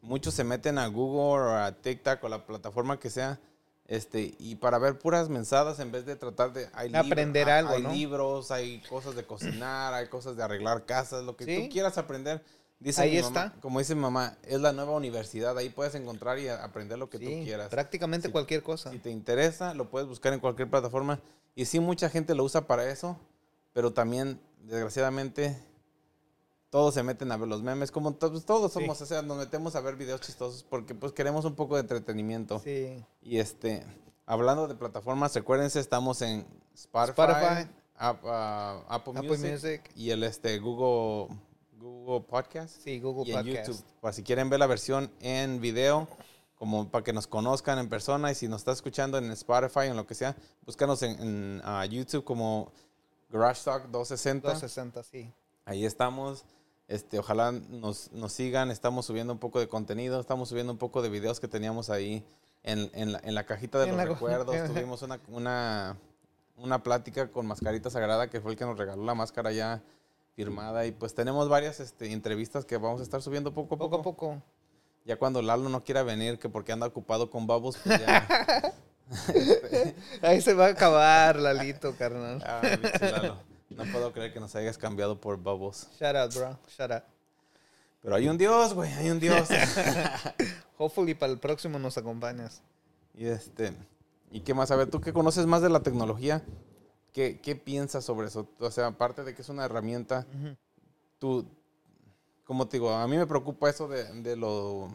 Speaker 2: muchos se meten a Google o a TikTok o la plataforma que sea, este, y para ver puras mensadas en vez de tratar de hay libro-
Speaker 1: Aprender
Speaker 2: hay-
Speaker 1: algo,
Speaker 2: hay
Speaker 1: ¿no?
Speaker 2: libros, hay cosas de cocinar, hay cosas de arreglar casas, lo que
Speaker 1: Sí.
Speaker 2: tú quieras aprender. Dice
Speaker 1: Ahí
Speaker 2: mi mamá-
Speaker 1: está.
Speaker 2: Como dice mi mamá, es la nueva universidad, ahí puedes encontrar y a- aprender lo que tú
Speaker 1: Sí,
Speaker 2: quieras.
Speaker 1: prácticamente
Speaker 2: Sí.
Speaker 1: cualquier cosa.
Speaker 2: Si te interesa, lo puedes buscar en cualquier plataforma. Y sí, mucha gente lo usa para eso, pero también, desgraciadamente, todos se meten a ver los memes, como to- pues, todos somos, o sea, nos metemos a ver videos chistosos porque pues queremos un poco de entretenimiento.
Speaker 1: Sí.
Speaker 2: Y este, hablando de plataformas, recuérdense, estamos en Spotify,
Speaker 1: Spotify.
Speaker 2: App- ah, Apple,
Speaker 1: Apple
Speaker 2: Music,
Speaker 1: Music.
Speaker 2: y el este Google, Google Podcast
Speaker 1: Sí, Google
Speaker 2: y en
Speaker 1: Podcast.
Speaker 2: YouTube. Para si quieren ver la versión en video, como para que nos conozcan en persona y si nos está escuchando en Spotify o en lo que sea, búscanos en, en, ah, YouTube como Garage Talk 260.
Speaker 1: 260, sí.
Speaker 2: Ahí estamos. Este, ojalá nos, nos sigan. Estamos subiendo un poco de contenido. Estamos subiendo un poco de videos que teníamos ahí en, en la, en la cajita de
Speaker 1: En la-
Speaker 2: los recuerdos. Tuvimos una, una, una plática con Mascarita Sagrada, que fue el que nos regaló la máscara ya firmada. Y pues tenemos varias este, entrevistas que vamos a estar subiendo poco a poco.
Speaker 1: Poco a poco.
Speaker 2: Ya cuando Lalo no quiera venir, que porque anda ocupado con babos, pues ya.
Speaker 1: Ahí se va a acabar, Lalito, carnal.
Speaker 2: Ah, pinche Lalo. No puedo creer que nos hayas cambiado por babos.
Speaker 1: Shout out, bro. Shout out.
Speaker 2: Pero hay un Dios, güey, hay un Dios.
Speaker 1: Hopefully para el próximo nos acompañas.
Speaker 2: Y este, ¿y qué más? A ver, tú que conoces más de la tecnología, ¿qué, qué piensas sobre eso? O sea, aparte de que es una herramienta, tú, como te digo, a mí me preocupa eso de, de lo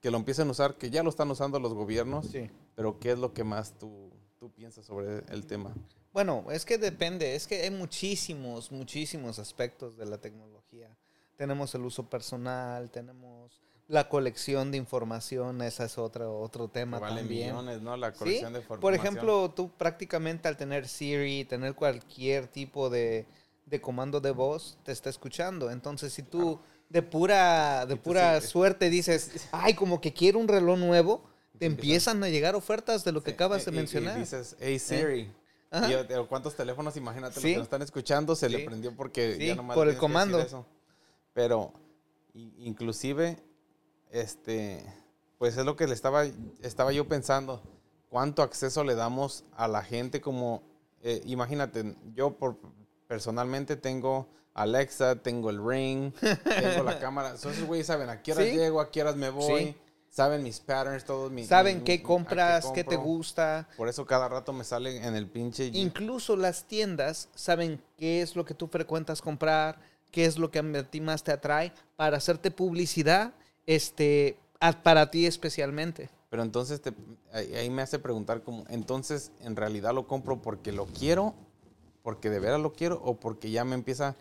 Speaker 2: que lo empiecen a usar, que ya lo están usando los gobiernos,
Speaker 1: Sí.
Speaker 2: pero ¿qué es lo que más tú, tú piensas sobre el tema?
Speaker 1: Bueno, es que depende, es que hay muchísimos, muchísimos aspectos de la tecnología. Tenemos el uso personal, tenemos la colección de información, ese es otro, otro tema
Speaker 2: vale
Speaker 1: también.
Speaker 2: millones, ¿no? La
Speaker 1: Sí,
Speaker 2: colección de información.
Speaker 1: Por ejemplo, tú prácticamente al tener Siri, tener cualquier tipo de, de comando de voz, te está escuchando. Entonces, si tú de pura, de
Speaker 2: tú
Speaker 1: pura
Speaker 2: sí, eh.
Speaker 1: suerte dices, ay, como que quiero un reloj nuevo, te
Speaker 2: empiezan-
Speaker 1: empiezan a llegar ofertas de lo que
Speaker 2: Sí,
Speaker 1: acabas
Speaker 2: y-
Speaker 1: de
Speaker 2: y- y
Speaker 1: mencionar. ¿Eh?
Speaker 2: dices, hey Siri.
Speaker 1: Ajá.
Speaker 2: Y, o- o ¿Cuántos teléfonos, imagínate, los
Speaker 1: Sí.
Speaker 2: que nos están escuchando, se
Speaker 1: Sí.
Speaker 2: le prendió porque
Speaker 1: Sí,
Speaker 2: ya nomás
Speaker 1: por
Speaker 2: le
Speaker 1: el
Speaker 2: tienes que decir
Speaker 1: comando.
Speaker 2: eso. Pero, i- inclusive, este, pues es lo que le estaba, estaba yo pensando. ¿Cuánto acceso le damos a la gente? Como, eh, imagínate, yo por, personalmente tengo Alexa, tengo el Ring, tengo la cámara. So, esos güeyes saben a qué horas
Speaker 1: Sí.
Speaker 2: llego, a qué horas me voy.
Speaker 1: Sí.
Speaker 2: Saben mis patterns, todos mis...
Speaker 1: Saben
Speaker 2: mi-
Speaker 1: qué
Speaker 2: mi- a
Speaker 1: compras, qué te
Speaker 2: "Ah, compro.
Speaker 1: gusta.
Speaker 2: Por eso cada rato me salen en el pinche...
Speaker 1: Incluso las tiendas saben qué es lo que tú frecuentas comprar, qué es lo que a ti más te atrae para hacerte publicidad, este, a- para ti especialmente.
Speaker 2: Pero entonces te- ahí ahí me hace preguntar como, entonces en realidad lo compro porque lo quiero, porque de veras lo quiero o porque ya me empieza...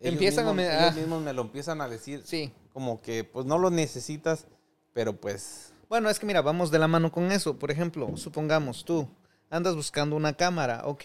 Speaker 2: ellos
Speaker 1: Empiezan a
Speaker 2: mismos-
Speaker 1: me-
Speaker 2: ellos
Speaker 1: ah.
Speaker 2: mismos me lo empiezan a decir.
Speaker 1: Sí.
Speaker 2: Como que pues no lo necesitas, pero pues...
Speaker 1: Bueno, es que mira, vamos de la mano con eso. Por ejemplo, supongamos tú andas buscando una cámara, ok.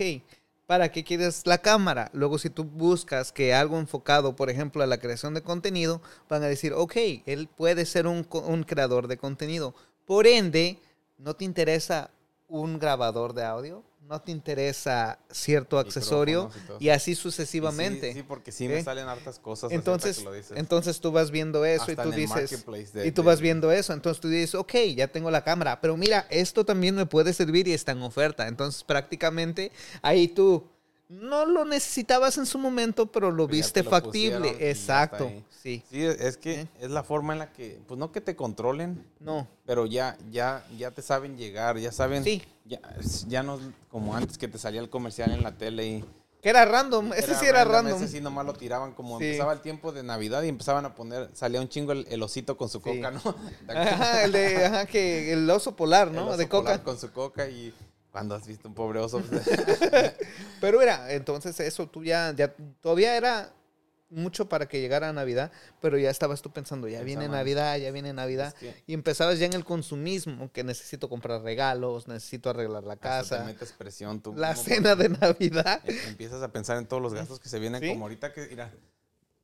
Speaker 1: ¿Para qué quieres la cámara? Luego si tú buscas que algo enfocado, por ejemplo, a la creación de contenido, van a decir, ok, él puede ser un, co- un creador de contenido. Por ende, ¿no te interesa un grabador de audio? ¿No te interesa cierto accesorio?
Speaker 2: Micrófonos y todo
Speaker 1: Y así
Speaker 2: y sí,
Speaker 1: sucesivamente.
Speaker 2: Sí, porque sí me
Speaker 1: ¿eh?
Speaker 2: salen hartas cosas. así ahorita
Speaker 1: Entonces,
Speaker 2: que lo dices.
Speaker 1: entonces tú vas viendo eso
Speaker 2: Hasta
Speaker 1: y tú
Speaker 2: en el
Speaker 1: dices,
Speaker 2: marketplace de-
Speaker 1: y tú
Speaker 2: de-
Speaker 1: vas viendo eso, entonces tú dices, ok, ya tengo la cámara, pero mira, esto también me puede servir y está en oferta. Entonces prácticamente ahí tú no lo necesitabas en su momento, pero lo
Speaker 2: Pero ya
Speaker 1: viste
Speaker 2: te lo
Speaker 1: factible.
Speaker 2: pusieron y ya está
Speaker 1: Exacto,
Speaker 2: ahí.
Speaker 1: sí.
Speaker 2: sí, es que
Speaker 1: ¿Eh?
Speaker 2: es la forma en la que, pues no que te controlen,
Speaker 1: No,
Speaker 2: pero ya, ya, ya te saben llegar, ya saben,
Speaker 1: Sí.
Speaker 2: ya, ya no como antes que te salía el comercial en la tele y
Speaker 1: que era random, ese sí era random.
Speaker 2: Ese sí nomás lo tiraban como
Speaker 1: Sí.
Speaker 2: empezaba el tiempo de Navidad y empezaban a poner, salía un chingo el, el osito con su
Speaker 1: Sí.
Speaker 2: coca, ¿no?
Speaker 1: Ajá, el de, ajá, que el oso polar,
Speaker 2: El
Speaker 1: ¿no?
Speaker 2: oso
Speaker 1: de
Speaker 2: polar
Speaker 1: coca.
Speaker 2: Con su coca y cuando has visto un pobre oso. pues,
Speaker 1: Pero era, entonces eso tú ya, ya todavía era mucho para que llegara Navidad, pero ya estabas tú pensando, ya viene
Speaker 2: Pensaba.
Speaker 1: Navidad, ya viene Navidad.
Speaker 2: Es que-
Speaker 1: Y empezabas ya en el consumismo, que necesito comprar regalos, necesito arreglar la
Speaker 2: hasta Te
Speaker 1: casa,
Speaker 2: metes presión tú.
Speaker 1: la
Speaker 2: como
Speaker 1: cena de Navidad.
Speaker 2: Eh, empiezas a pensar en todos los gastos que se vienen,
Speaker 1: ¿Sí?
Speaker 2: como ahorita que, mira,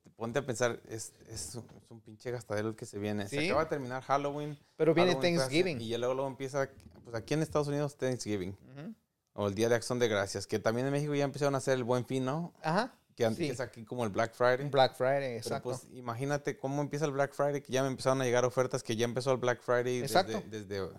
Speaker 2: te ponte a pensar, es, es un, es un pinche gastadero el que se viene.
Speaker 1: ¿Sí?
Speaker 2: Se acaba de terminar Halloween.
Speaker 1: Pero viene
Speaker 2: Halloween fue hace-
Speaker 1: Thanksgiving.
Speaker 2: Y ya luego, luego empieza, pues aquí en Estados Unidos, Thanksgiving. O el Día de Acción de Gracias, que también en México ya empezaron a hacer el Buen Fin, ¿no?
Speaker 1: Ajá.
Speaker 2: Que antes
Speaker 1: sí.
Speaker 2: es aquí como el Black Friday.
Speaker 1: Black Friday,
Speaker 2: Pero,
Speaker 1: exacto.
Speaker 2: pues imagínate cómo empieza el Black Friday, que ya me empezaron a llegar ofertas, que ya empezó el Black Friday desde-
Speaker 1: Exacto.
Speaker 2: desde,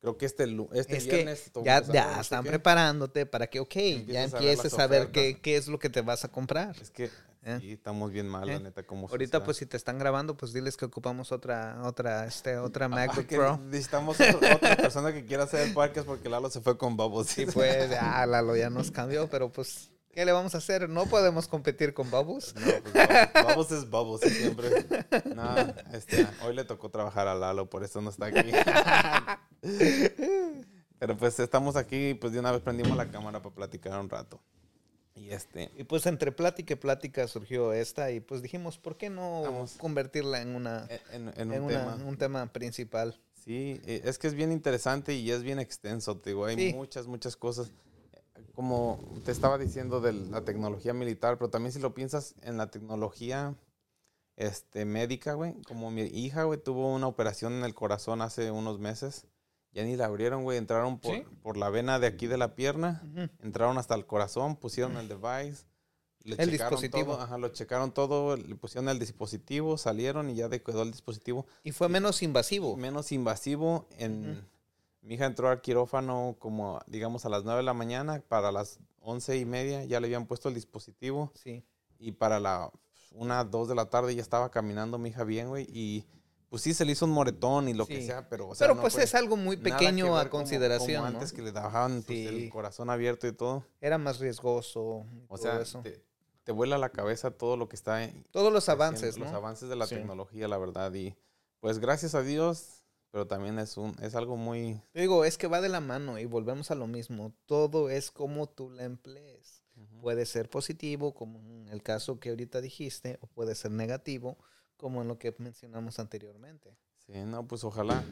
Speaker 2: creo que este, lu- este
Speaker 1: es que
Speaker 2: viernes. to-
Speaker 1: ya,
Speaker 2: empezaron,
Speaker 1: ya
Speaker 2: no sé
Speaker 1: están
Speaker 2: este qué.
Speaker 1: preparándote para que, ok, ya
Speaker 2: Empieces a ver las
Speaker 1: empieces a ver
Speaker 2: ofertas.
Speaker 1: qué, qué es lo que te vas a comprar.
Speaker 2: Es que
Speaker 1: ¿Eh?
Speaker 2: sí, estamos bien mal, la
Speaker 1: ¿Eh?
Speaker 2: neta, como
Speaker 1: Ahorita
Speaker 2: sociedad.
Speaker 1: pues si te están grabando, pues diles que ocupamos otra, otra, este, otra MacBook
Speaker 2: Ah, que
Speaker 1: Pro.
Speaker 2: Necesitamos otro- otra persona que quiera hacer el podcast porque Lalo se fue con Bubbles.
Speaker 1: Sí, pues, ah, Lalo ya nos cambió, pero pues, ¿qué le vamos a hacer? No podemos competir con Babus.
Speaker 2: No, pues, Bubbles- Bubbles es Bubbles y siempre. No, este, hoy le tocó trabajar a Lalo, por eso no está aquí. Pero pues estamos aquí, pues de una vez prendimos la cámara para platicar un rato. Y este,
Speaker 1: Y pues entre plática y plática surgió esta y pues dijimos, ¿por qué no
Speaker 2: Vamos.
Speaker 1: convertirla en una
Speaker 2: en, en
Speaker 1: en
Speaker 2: un
Speaker 1: una-
Speaker 2: tema.
Speaker 1: un tema principal?
Speaker 2: Sí, eh, es que es bien interesante y es bien extenso, te digo, hay
Speaker 1: Sí.
Speaker 2: muchas, muchas cosas. Como te estaba diciendo de la tecnología militar, pero también si lo piensas en la tecnología este, médica, güey, como mi hija, güey, tuvo una operación en el corazón hace unos meses, ya ni la abrieron, güey, entraron por,
Speaker 1: ¿Sí?
Speaker 2: por la vena de aquí de la pierna,
Speaker 1: Ujú.
Speaker 2: entraron hasta el corazón, pusieron el device, le
Speaker 1: El
Speaker 2: checaron
Speaker 1: dispositivo.
Speaker 2: todo, ajá, lo checaron todo, le pusieron el dispositivo, salieron y ya de- quedó el dispositivo
Speaker 1: Y fue menos invasivo.
Speaker 2: menos invasivo. En, Mi hija entró al quirófano como, digamos, a las 9 de la mañana. Para las once y media ya le habían puesto el dispositivo.
Speaker 1: Sí.
Speaker 2: Y para la una, dos de la tarde ya estaba caminando mi hija bien, güey. Y pues sí, se le hizo un moretón y lo que
Speaker 1: Sí.
Speaker 2: sea, pero... o sea,
Speaker 1: pero
Speaker 2: no
Speaker 1: pues
Speaker 2: fue
Speaker 1: es algo muy
Speaker 2: nada que
Speaker 1: pequeño
Speaker 2: ver
Speaker 1: a
Speaker 2: como- como
Speaker 1: consideración, ¿no?
Speaker 2: antes que le dejaban pues,
Speaker 1: Sí.
Speaker 2: el corazón abierto y todo.
Speaker 1: Era más riesgoso. y todo
Speaker 2: O sea,
Speaker 1: eso.
Speaker 2: te, te vuela la cabeza todo lo que está en-
Speaker 1: todos los avances,
Speaker 2: creciendo,
Speaker 1: ¿no?
Speaker 2: Los avances de la
Speaker 1: Sí.
Speaker 2: tecnología, la verdad. Y pues gracias a Dios, pero también es, un, es algo muy...
Speaker 1: Yo digo, es que va de la mano y volvemos a lo mismo. Todo es como tú la emplees. Puede ser positivo, como en el caso que ahorita dijiste, o puede ser negativo, como en lo que mencionamos anteriormente.
Speaker 2: Sí, no, pues ojalá,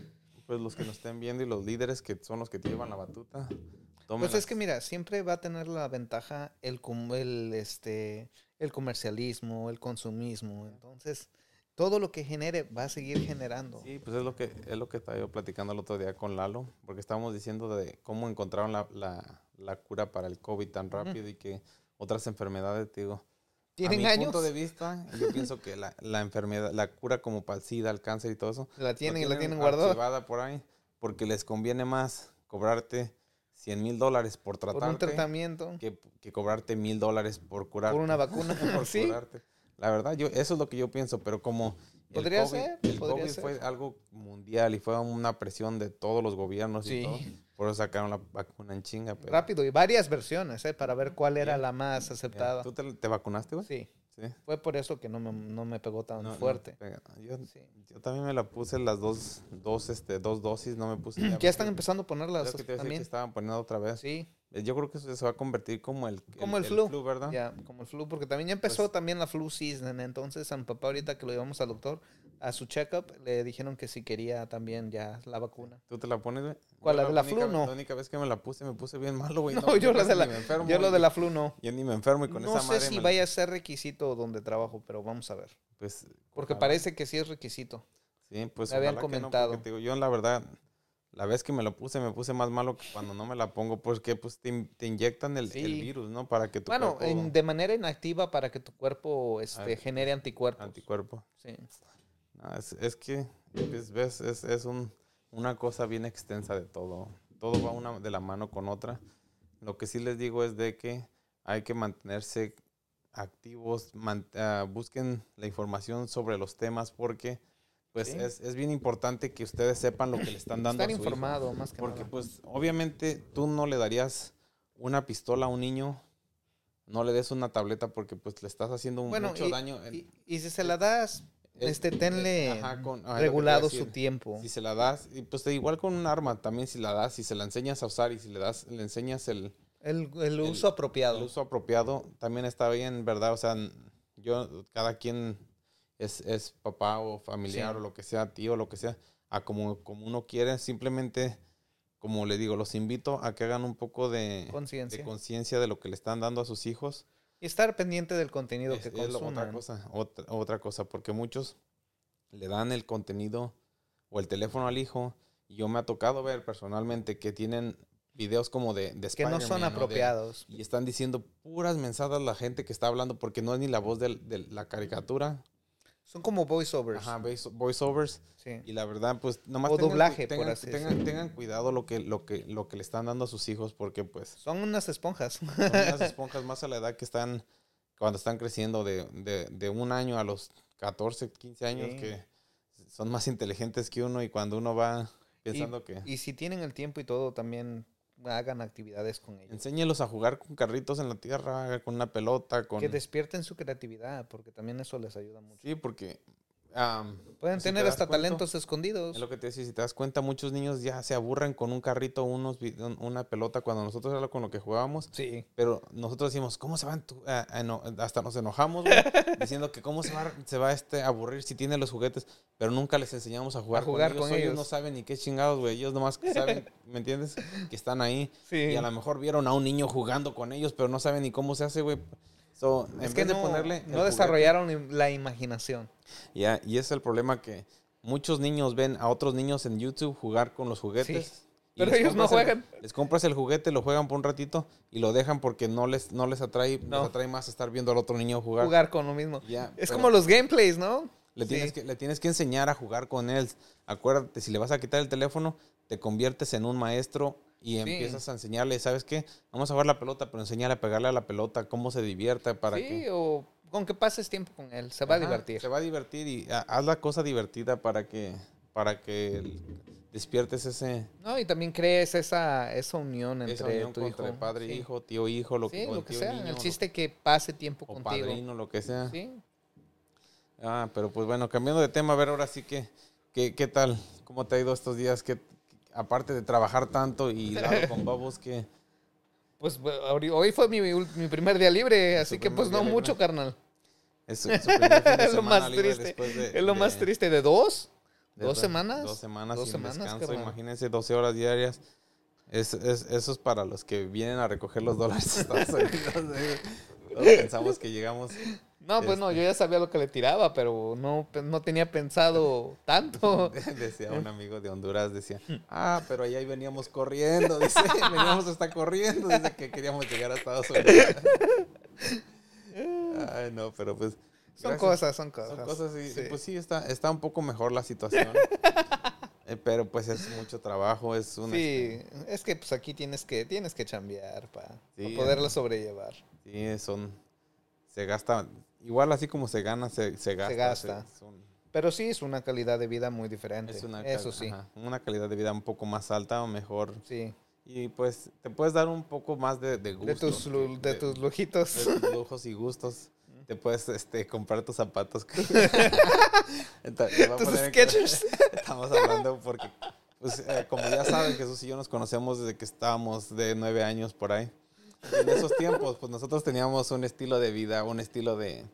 Speaker 2: pues los que nos estén viendo y los líderes que son los que te llevan la batuta, tomen
Speaker 1: Pues es que
Speaker 2: las-
Speaker 1: mira, siempre va a tener la ventaja el, com- el, este, el comercialismo, el consumismo. Entonces, todo lo que genere va a seguir generando.
Speaker 2: Sí, pues es lo que es lo que estaba yo platicando el otro día con Lalo, porque estábamos diciendo de cómo encontraron la, la- la cura para el COVID tan rápido y que otras enfermedades, te digo,
Speaker 1: ¿Tienen
Speaker 2: a mi
Speaker 1: años?
Speaker 2: punto de vista, yo pienso que la, la enfermedad, la cura como para el SIDA, el cáncer y todo eso,
Speaker 1: La tienen y la tienen guardada.
Speaker 2: guardada por ahí, porque les conviene más cobrarte 100 mil dólares por
Speaker 1: Por un
Speaker 2: tratarte
Speaker 1: tratamiento,
Speaker 2: que, que cobrarte mil dólares por curar
Speaker 1: por una vacuna.
Speaker 2: por
Speaker 1: sí,
Speaker 2: curarte. La verdad, yo eso es lo que yo pienso, pero como el
Speaker 1: Podría
Speaker 2: COVID,
Speaker 1: ser,
Speaker 2: el
Speaker 1: podría
Speaker 2: COVID
Speaker 1: ser.
Speaker 2: fue algo mundial y fue una presión de todos los gobiernos
Speaker 1: Sí.
Speaker 2: y todo, por eso sacaron la vacuna en chinga. Pero,
Speaker 1: rápido. Y varias versiones, ¿eh? Para ver cuál era la más aceptada.
Speaker 2: ¿Tú te, te vacunaste, güey?
Speaker 1: Sí.
Speaker 2: Sí.
Speaker 1: Fue por eso que no me, no me pegó tan
Speaker 2: No, no,
Speaker 1: fuerte.
Speaker 2: pega- yo,
Speaker 1: Sí.
Speaker 2: yo también me la puse las dos, dos, este, dos dosis, no me puse.
Speaker 1: ya están
Speaker 2: porque-
Speaker 1: empezando a ponerlas
Speaker 2: creo que te iba a decir que
Speaker 1: también.
Speaker 2: estaban poniendo otra vez.
Speaker 1: Sí,
Speaker 2: Eh, Yo creo que eso se va a convertir como el,
Speaker 1: como el, flu.
Speaker 2: ¿verdad?
Speaker 1: Ya, como el flu, porque también ya empezó
Speaker 2: Pues-
Speaker 1: también la flu season. Entonces, a mi papá ahorita que lo llevamos al doctor, a su check-up, le dijeron que si quería también ya la vacuna.
Speaker 2: ¿Tú te la pones, güey?
Speaker 1: ¿Cuál,
Speaker 2: Yo
Speaker 1: la de la
Speaker 2: única
Speaker 1: flu?
Speaker 2: vez-
Speaker 1: No.
Speaker 2: La única vez que me la puse, me puse bien malo, güey.
Speaker 1: No, yo, la
Speaker 2: casi
Speaker 1: de la,
Speaker 2: ni me enfermo,
Speaker 1: yo lo
Speaker 2: güey.
Speaker 1: de la flu no.
Speaker 2: Yo ni me enfermo y con
Speaker 1: No
Speaker 2: esa
Speaker 1: sé
Speaker 2: madre
Speaker 1: si
Speaker 2: me la-
Speaker 1: vaya a ser requisito donde trabajo, pero vamos a ver.
Speaker 2: Pues,
Speaker 1: Porque
Speaker 2: ojalá.
Speaker 1: parece que sí es requisito.
Speaker 2: Sí, pues
Speaker 1: me habían
Speaker 2: ojalá que no,
Speaker 1: comentado.
Speaker 2: porque te digo, yo la verdad, la vez que me la puse, me puse más malo que cuando no me la pongo, porque pues te, in- te inyectan el, el
Speaker 1: Sí.
Speaker 2: virus, ¿no? Para que tu
Speaker 1: Bueno,
Speaker 2: cuerpo-
Speaker 1: en- de manera inactiva para que tu cuerpo este,
Speaker 2: Ah,
Speaker 1: genere anticuerpos.
Speaker 2: anticuerpo.
Speaker 1: Sí.
Speaker 2: No, es, es que, pues, ves, es, es un- una cosa bien extensa de todo. Todo va una de la mano con otra. Lo que sí les digo es de que hay que mantenerse activos, man- ah, busquen la información sobre los temas porque pues
Speaker 1: Sí.
Speaker 2: es, es bien importante que ustedes sepan lo que le están dando
Speaker 1: Estar
Speaker 2: a su hijo.
Speaker 1: informado, más que
Speaker 2: Porque
Speaker 1: nada.
Speaker 2: pues obviamente tú no le darías una pistola a un niño, no le des una tableta porque pues le estás haciendo
Speaker 1: Bueno,
Speaker 2: mucho
Speaker 1: y,
Speaker 2: daño. en-
Speaker 1: y- y si se la das,
Speaker 2: el-
Speaker 1: este,
Speaker 2: el-
Speaker 1: tenle
Speaker 2: Eh, ajá, con- ajá, es lo que te iba a
Speaker 1: regulado su
Speaker 2: decir.
Speaker 1: tiempo.
Speaker 2: Si se la das, y pues igual con un arma, también si la das, si se la enseñas a usar y si le das, le enseñas el,
Speaker 1: El, el uso
Speaker 2: el
Speaker 1: apropiado.
Speaker 2: el uso apropiado, también está bien, ¿verdad? O sea, n- yo, cada quien es, es papá o familiar
Speaker 1: Sí.
Speaker 2: o lo que sea, tío, lo que sea, a como, como uno quiere, simplemente, como le digo, los invito a que hagan un poco de
Speaker 1: Conciencia.
Speaker 2: de conciencia de lo que le están dando a sus hijos.
Speaker 1: y estar pendiente del contenido
Speaker 2: Es-
Speaker 1: que
Speaker 2: es lo- otra
Speaker 1: consuman.
Speaker 2: cosa, otra, otra cosa, porque muchos le dan el contenido o el teléfono al hijo. Y yo me ha tocado ver personalmente que tienen videos como de, de
Speaker 1: que no son
Speaker 2: Spider-Man o de-
Speaker 1: apropiados.
Speaker 2: y están diciendo puras mensadas la gente que está hablando porque no es ni la voz del- de, la caricatura.
Speaker 1: Son como voiceovers.
Speaker 2: Ajá, voice- voiceovers.
Speaker 1: Sí.
Speaker 2: Y la verdad, pues nomás
Speaker 1: O
Speaker 2: tengan cu-
Speaker 1: doblaje, por
Speaker 2: tengan,
Speaker 1: así
Speaker 2: tengan- tengan cuidado lo que, lo, que, lo que le están dando a sus hijos porque pues
Speaker 1: Son unas esponjas.
Speaker 2: son unas esponjas más a la edad que están, cuando están creciendo de, de- de un año a los 14, 15 años,
Speaker 1: Sí.
Speaker 2: que son más inteligentes que uno y cuando uno va pensando
Speaker 1: y,
Speaker 2: que...
Speaker 1: y si tienen el tiempo y todo, también hagan actividades con ellos.
Speaker 2: Enséñelos a jugar con carritos en la tierra, con una pelota, con...
Speaker 1: Que despierten su creatividad, porque también eso les ayuda mucho.
Speaker 2: Sí, porque... am,
Speaker 1: Pueden
Speaker 2: si te
Speaker 1: tener
Speaker 2: das
Speaker 1: hasta
Speaker 2: cuenta,
Speaker 1: talentos escondidos.
Speaker 2: Es lo que te decía, si te das cuenta, muchos niños ya se aburren con un carrito, unos, vi- un- una pelota, cuando nosotros era lo- con lo que jugábamos,
Speaker 1: Sí.
Speaker 2: Pero nosotros decimos, ¿cómo se van? tu- a- a eno- hasta nos enojamos, güey, diciendo que cómo se va, se va este, a aburrir si tiene los juguetes, pero nunca les enseñamos a jugar,
Speaker 1: jugar
Speaker 2: ellos.
Speaker 1: con
Speaker 2: Ellos
Speaker 1: ellos.
Speaker 2: no saben ni qué chingados, güey. Ellos nomás que saben, ¿me entiendes? Que están ahí.
Speaker 1: Sí.
Speaker 2: Y a lo mejor vieron a un niño jugando con ellos, pero no saben ni cómo se hace, güey. So, en
Speaker 1: Es
Speaker 2: vez
Speaker 1: que
Speaker 2: de
Speaker 1: no,
Speaker 2: ponerle. el
Speaker 1: no desarrollaron im- la imaginación.
Speaker 2: ya, y ese es el problema que muchos niños ven a otros niños en YouTube jugar con los juguetes.
Speaker 1: Sí,
Speaker 2: y
Speaker 1: pero
Speaker 2: les
Speaker 1: ellos no
Speaker 2: compras el-
Speaker 1: juegan.
Speaker 2: les compras el juguete, lo juegan por un ratito y lo dejan porque no les, no les atrae,
Speaker 1: No.
Speaker 2: les atrae más estar viendo al otro niño jugar.
Speaker 1: Jugar con lo mismo.
Speaker 2: Ya,
Speaker 1: es
Speaker 2: pero-
Speaker 1: como los gameplays, ¿no?
Speaker 2: Le, tienes
Speaker 1: Sí.
Speaker 2: que, le tienes que enseñar a jugar con él. Acuérdate, si le vas a quitar el teléfono, te conviertes en un maestro y empiezas a enseñarle, ¿sabes qué? Vamos a jugar la pelota, pero enseñale a pegarle a la pelota, cómo se divierta, para
Speaker 1: Sí,
Speaker 2: que...
Speaker 1: o con que pases tiempo con él. Se va a
Speaker 2: Ajá,
Speaker 1: divertir.
Speaker 2: Se va a divertir y ha- haz la cosa divertida para que, para que el- despiertes ese,
Speaker 1: No, y también crees esa, esa unión entre
Speaker 2: esa unión
Speaker 1: tu
Speaker 2: contra
Speaker 1: hijo.
Speaker 2: padre, e
Speaker 1: sí.
Speaker 2: hijo, tío, hijo, lo,
Speaker 1: Sí,
Speaker 2: o
Speaker 1: lo que
Speaker 2: tío,
Speaker 1: sea.
Speaker 2: niño,
Speaker 1: el
Speaker 2: lo-
Speaker 1: chiste que pase tiempo
Speaker 2: o
Speaker 1: contigo.
Speaker 2: padrino, lo que sea.
Speaker 1: Sí.
Speaker 2: Ah, pero pues bueno, cambiando de tema, a ver ahora sí que, que- ¿qué tal? ¿Cómo te ha ido estos días? ¿Qué, aparte de trabajar tanto y lado con babos, que
Speaker 1: Pues bu- ahori- hoy fue mi, ul- mi primer día libre, así que
Speaker 2: primer
Speaker 1: pues
Speaker 2: día
Speaker 1: no
Speaker 2: libre.
Speaker 1: mucho, carnal.
Speaker 2: es, su- su primer fin de
Speaker 1: es lo
Speaker 2: semana
Speaker 1: más
Speaker 2: libre
Speaker 1: triste.
Speaker 2: después de-
Speaker 1: es lo
Speaker 2: de-
Speaker 1: más triste. ¿De dos?
Speaker 2: de
Speaker 1: ¿Dos
Speaker 2: tra-
Speaker 1: semanas?
Speaker 2: Dos semanas
Speaker 1: Dos
Speaker 2: sin
Speaker 1: semanas,
Speaker 2: descanso,
Speaker 1: carnal.
Speaker 2: imagínense, 12 horas diarias. Es, es- eso es para los que vienen a recoger los dólares a Estados Unidos. ¿eh? Todos pensamos que llegamos.
Speaker 1: No, pues no, yo
Speaker 2: Este.
Speaker 1: ya sabía lo que le tiraba, pero no, pe- no tenía pensado tanto.
Speaker 2: Decía un amigo de Honduras, decía, ah, pero allá ahí veníamos corriendo, dice, veníamos hasta corriendo, dice que queríamos llegar a Estados Unidos. Ay, no, pero pues.
Speaker 1: Son
Speaker 2: gracias.
Speaker 1: cosas, son cosas.
Speaker 2: Son cosas y,
Speaker 1: Sí.
Speaker 2: pues sí, está, está un poco mejor la situación. Eh, pero pues es mucho trabajo, es un...
Speaker 1: Sí, es que pues aquí tienes que, tienes que chambear para
Speaker 2: este Sí,
Speaker 1: poderlo sobrellevar.
Speaker 2: Sí, son... Se gasta... Igual así como se gana, se, se gasta.
Speaker 1: gasta.
Speaker 2: son-
Speaker 1: Pero sí es una calidad de vida muy diferente.
Speaker 2: es una,
Speaker 1: Eso
Speaker 2: cal-
Speaker 1: sí.
Speaker 2: ajá, una calidad de vida un poco más alta o mejor.
Speaker 1: Sí.
Speaker 2: Y pues te puedes dar un poco más de, de gusto.
Speaker 1: De tus, lu- de,
Speaker 2: de-
Speaker 1: tus lujitos.
Speaker 2: de tus lujos y gustos. Te puedes este, comprar tus zapatos. que- Enta- te voy a
Speaker 1: Tus
Speaker 2: poner en-
Speaker 1: Skechers.
Speaker 2: Estamos hablando porque, pues, eh, como ya saben, Jesús y yo nos conocemos desde que estábamos de nueve años por ahí. En esos tiempos, pues nosotros teníamos un estilo de vida, un estilo de,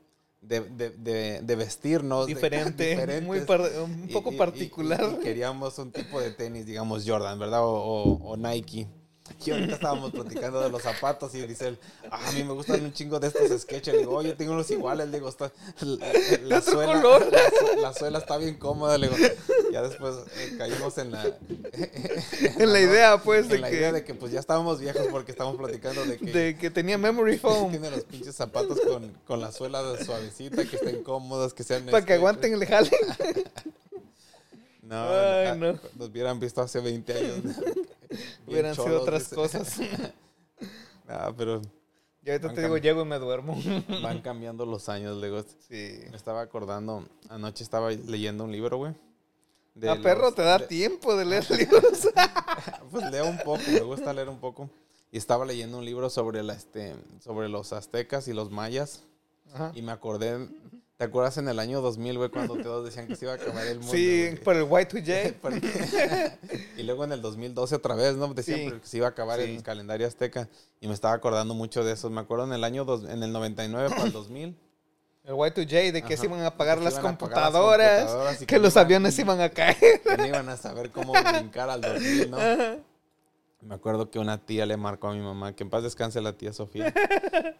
Speaker 2: de, de- de- de vestirnos. de-
Speaker 1: Diferente,
Speaker 2: diferentes.
Speaker 1: muy par- un poco particular.
Speaker 2: y queríamos un tipo de tenis, digamos Jordan, ¿verdad? O, o- o Nike. Y ahorita estábamos platicando de los zapatos y dice él, "Ah, a mí me gustan un chingo de estos sketches. Le digo, oye, tengo unos iguales. Le digo, está, la, la
Speaker 1: otro
Speaker 2: suela,
Speaker 1: color.
Speaker 2: la su- la suela está bien cómoda. Le digo, ya después eh, caímos en la,
Speaker 1: en la idea, pues,
Speaker 2: en
Speaker 1: de
Speaker 2: la
Speaker 1: que,
Speaker 2: idea de que pues ya estábamos viejos porque estábamos platicando de que,
Speaker 1: de que tenía memory foam
Speaker 2: tiene los pinches zapatos con, con la suela suavecita, que estén cómodas, que sean...
Speaker 1: para que
Speaker 2: sketches.
Speaker 1: aguanten el jale.
Speaker 2: No,
Speaker 1: Ay,
Speaker 2: ah,
Speaker 1: no.
Speaker 2: nos hubieran visto hace 20 años. bien
Speaker 1: Hubieran sido
Speaker 2: cholos,
Speaker 1: otras
Speaker 2: dice.
Speaker 1: cosas.
Speaker 2: Ah, pero
Speaker 1: Y ahorita
Speaker 2: Van
Speaker 1: te digo,
Speaker 2: cam-
Speaker 1: llego y me duermo.
Speaker 2: van cambiando los años, luego.
Speaker 1: Sí.
Speaker 2: Me estaba acordando, anoche estaba leyendo un libro, güey. de
Speaker 1: A Ah, perro
Speaker 2: los-
Speaker 1: te da
Speaker 2: de-
Speaker 1: tiempo de leer libros.
Speaker 2: Pues leo un poco, me gusta leer un poco. Y estaba leyendo un libro sobre, la, este, sobre los aztecas y los mayas.
Speaker 1: Ajá.
Speaker 2: Y me acordé, ¿te acuerdas en el año 2000, güey, cuando todos decían que se iba a acabar el mundo?
Speaker 1: Sí,
Speaker 2: güey?
Speaker 1: por el Y2J.
Speaker 2: Porque- y luego en el 2012 otra vez, ¿no? Decían
Speaker 1: Sí.
Speaker 2: que se iba a acabar
Speaker 1: Sí.
Speaker 2: el calendario azteca y me estaba acordando mucho de eso. Me acuerdo en el año dos- en el 99 para el 2000.
Speaker 1: El Y2J, de que se
Speaker 2: Ajá.
Speaker 1: iban a apagar, las,
Speaker 2: Que se iban a apagar las
Speaker 1: computadoras,
Speaker 2: computadoras y
Speaker 1: que,
Speaker 2: que
Speaker 1: los
Speaker 2: iban-
Speaker 1: aviones iban a caer.
Speaker 2: que no iban a saber cómo brincar al 2000, ¿no? Me acuerdo que una tía le marcó a mi mamá, que en paz descanse la tía Sofía,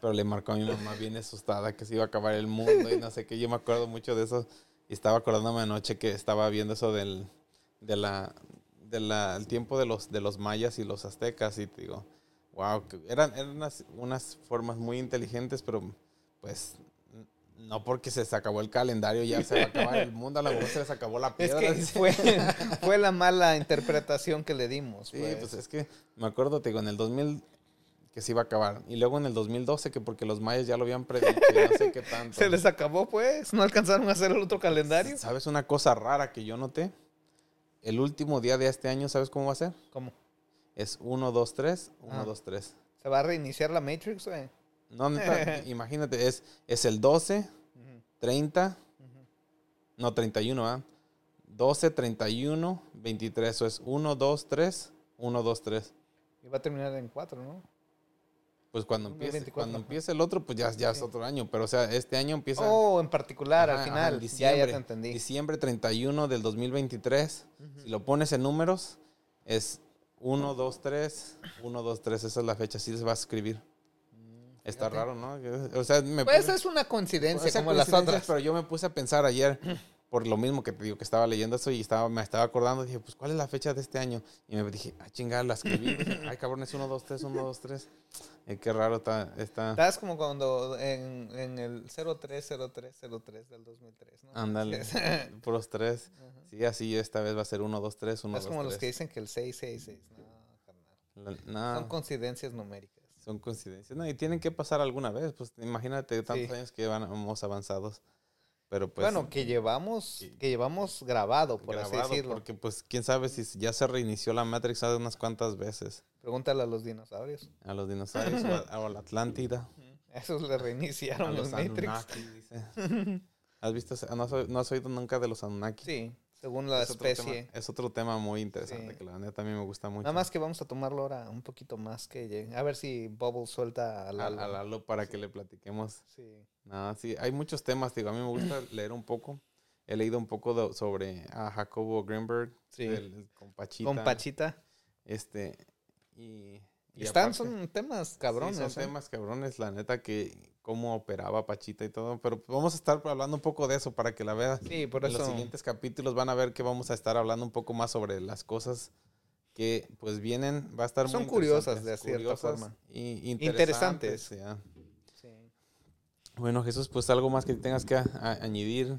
Speaker 2: pero le marcó a mi mamá bien asustada que se iba a acabar el mundo y no sé qué. Yo me acuerdo mucho de eso y estaba acordándome anoche que estaba viendo eso del de la, de la- el tiempo de los, de los mayas y los aztecas y te digo, wow, que eran, eran unas, unas formas muy inteligentes, pero pues n- no porque se les acabó el calendario ya se va a acabar el mundo, a lo mejor se les acabó la
Speaker 1: Es
Speaker 2: piedra.
Speaker 1: que
Speaker 2: dice.
Speaker 1: fue, fue la mala interpretación que le dimos.
Speaker 2: Sí,
Speaker 1: pues.
Speaker 2: pues es que me acuerdo, te digo, en el 2000 que se iba a acabar. Y luego en el 2012 que porque los mayas ya lo habían predicho y no sé qué tanto.
Speaker 1: Se les acabó, pues. No alcanzaron a hacer el otro calendario.
Speaker 2: ¿Sabes una cosa rara que yo noté? El último día de este año, ¿sabes cómo va a ser?
Speaker 1: ¿Cómo?
Speaker 2: Es 1, 2, 3, 1,
Speaker 1: Ah.
Speaker 2: 2, 3.
Speaker 1: ¿Se va a reiniciar la Matrix, güey?
Speaker 2: No, neta, imagínate, es, es el 12, 30, no, 31, ¿ah? 12, 31, 23. Eso es 1, 2, 3, 1, 2, 3.
Speaker 1: Y va a terminar en cuatro, ¿no?
Speaker 2: Pues cuando empiece,
Speaker 1: 2024,
Speaker 2: cuando
Speaker 1: ajá.
Speaker 2: empiece el otro, pues ya, ya es otro año. Pero, o sea, este año empieza.
Speaker 1: Oh, en particular,
Speaker 2: ajá,
Speaker 1: al
Speaker 2: ajá,
Speaker 1: final.
Speaker 2: en
Speaker 1: ya, ya te entendí.
Speaker 2: Diciembre 31 del 2023. Si lo pones en números, es 1, 2, 3, 1, 2, 3. Esa es la fecha. Así se va a escribir. Está raro, ¿no? O sea, me
Speaker 1: Mm, Pues
Speaker 2: puse-
Speaker 1: es una coincidencia
Speaker 2: esas
Speaker 1: como las
Speaker 2: coincidencias,
Speaker 1: otras.
Speaker 2: Pero yo me puse a pensar ayer, por lo mismo que te digo, que estaba leyendo eso y estaba, me estaba acordando, dije, pues, ¿cuál es la fecha de este año? Y me dije, ah, chingada, la escribí. Dije, Ay, cabrón, es 1, 2, 3, 1, 2, 3. Eh, qué raro está. está.
Speaker 1: Estás como cuando en, en el 030303 del 2003,
Speaker 2: Ah,
Speaker 1: ¿no?
Speaker 2: Ándale, puros 3. Sí, así esta vez va a ser 1, 2, 3, 1, 2,
Speaker 1: Es
Speaker 2: 3.
Speaker 1: como los que dicen que el 666. No, carnal.
Speaker 2: Ah.
Speaker 1: Son coincidencias numéricas.
Speaker 2: Son coincidencias. No, y tienen que pasar alguna vez. Pues imagínate tantos
Speaker 1: Sí.
Speaker 2: años que vamos avanzados. Pero pues.
Speaker 1: bueno, que llevamos, que llevamos grabado, por así
Speaker 2: grabado,
Speaker 1: decirlo.
Speaker 2: Porque pues quién sabe si ya se reinició la Matrix hace unas cuantas veces.
Speaker 1: Pregúntale a los dinosaurios.
Speaker 2: A los dinosaurios o a, o a la Atlántida.
Speaker 1: A Esos le reiniciaron
Speaker 2: A
Speaker 1: los,
Speaker 2: los
Speaker 1: Matrix.
Speaker 2: Anunnaki, dice. ¿Has visto? ese- No has, oí- no has oído nunca de los Anunnaki.
Speaker 1: Sí, según la
Speaker 2: Es otro
Speaker 1: especie.
Speaker 2: tema- es otro tema muy interesante
Speaker 1: Sí.
Speaker 2: que la neta a mí me gusta mucho.
Speaker 1: Nada más que vamos a tomarlo ahora un poquito más que llegue. A ver si Bubble suelta a
Speaker 2: a, a
Speaker 1: Lalo.
Speaker 2: Lalo para que le platiquemos.
Speaker 1: Sí.
Speaker 2: No, sí, hay muchos temas, digo, a mí me gusta leer un poco. He leído un poco do- sobre a Jacobo Greenberg,
Speaker 1: Sí.
Speaker 2: el, el compachita.
Speaker 1: Con Pachita.
Speaker 2: Este, y... y
Speaker 1: Están,
Speaker 2: aparte-
Speaker 1: son temas
Speaker 2: sí,
Speaker 1: cabrones.
Speaker 2: son
Speaker 1: ¿eh?
Speaker 2: temas cabrones, la neta, que cómo operaba Pachita y todo. Pero vamos a estar hablando un poco de eso para que la veas.
Speaker 1: Sí, por
Speaker 2: en
Speaker 1: eso.
Speaker 2: los siguientes capítulos van a ver que vamos a estar hablando un poco más sobre las cosas que pues vienen, va a estar
Speaker 1: Son
Speaker 2: muy
Speaker 1: curiosas,
Speaker 2: interesantes,
Speaker 1: de cierta
Speaker 2: curiosas
Speaker 1: forma.
Speaker 2: y
Speaker 1: Interesantes.
Speaker 2: interesantes. ya.
Speaker 1: Sí.
Speaker 2: Bueno, Jesús, pues algo más que tengas que a- a- añadir.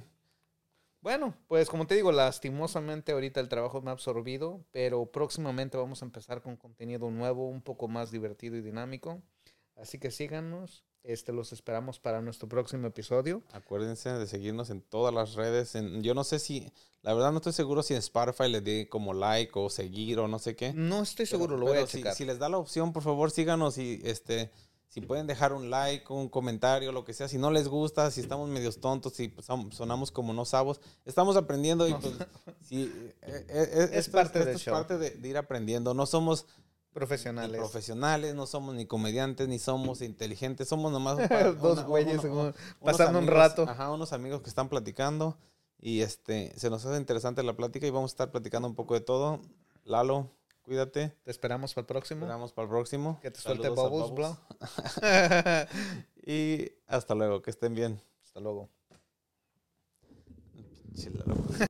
Speaker 1: Bueno, pues como te digo, lastimosamente ahorita el trabajo me ha absorbido, pero próximamente vamos a empezar con contenido nuevo, un poco más divertido y dinámico. Así que síganos, este, los esperamos para nuestro próximo episodio.
Speaker 2: Acuérdense de seguirnos en todas las redes. en- yo no sé si, la verdad no estoy seguro si en Spotify le di como like o seguir o no sé qué.
Speaker 1: No estoy
Speaker 2: Pero-
Speaker 1: seguro, lo voy
Speaker 2: pero
Speaker 1: a
Speaker 2: si,
Speaker 1: checar.
Speaker 2: si les da la opción, por favor, síganos y este, si pueden dejar un like, un comentario, lo que sea. Si no les gusta, si estamos medios tontos, si pues, son- sonamos como no sabos, estamos aprendiendo y pues, sí, eh, eh, eh,
Speaker 1: Es
Speaker 2: esto
Speaker 1: parte
Speaker 2: esto
Speaker 1: del
Speaker 2: es
Speaker 1: show.
Speaker 2: parte de, de ir aprendiendo. No somos ni
Speaker 1: Profesionales.
Speaker 2: profesionales, no somos ni comediantes, ni somos inteligentes, somos nomás un par-
Speaker 1: Dos
Speaker 2: una-
Speaker 1: güeyes
Speaker 2: uno-
Speaker 1: como
Speaker 2: unos
Speaker 1: pasando un
Speaker 2: amigos, Ah.
Speaker 1: rato.
Speaker 2: Ajá, unos amigos que están platicando y este se nos hace interesante la plática y vamos a estar platicando un poco de todo. Lalo, cuídate.
Speaker 1: Te esperamos para el próximo.
Speaker 2: Esperamos para el próximo.
Speaker 1: Que te suelte
Speaker 2: Saludos a
Speaker 1: Bubbles, bro.
Speaker 2: Y hasta luego, que estén bien.
Speaker 1: Hasta luego.
Speaker 2: Chila, loco.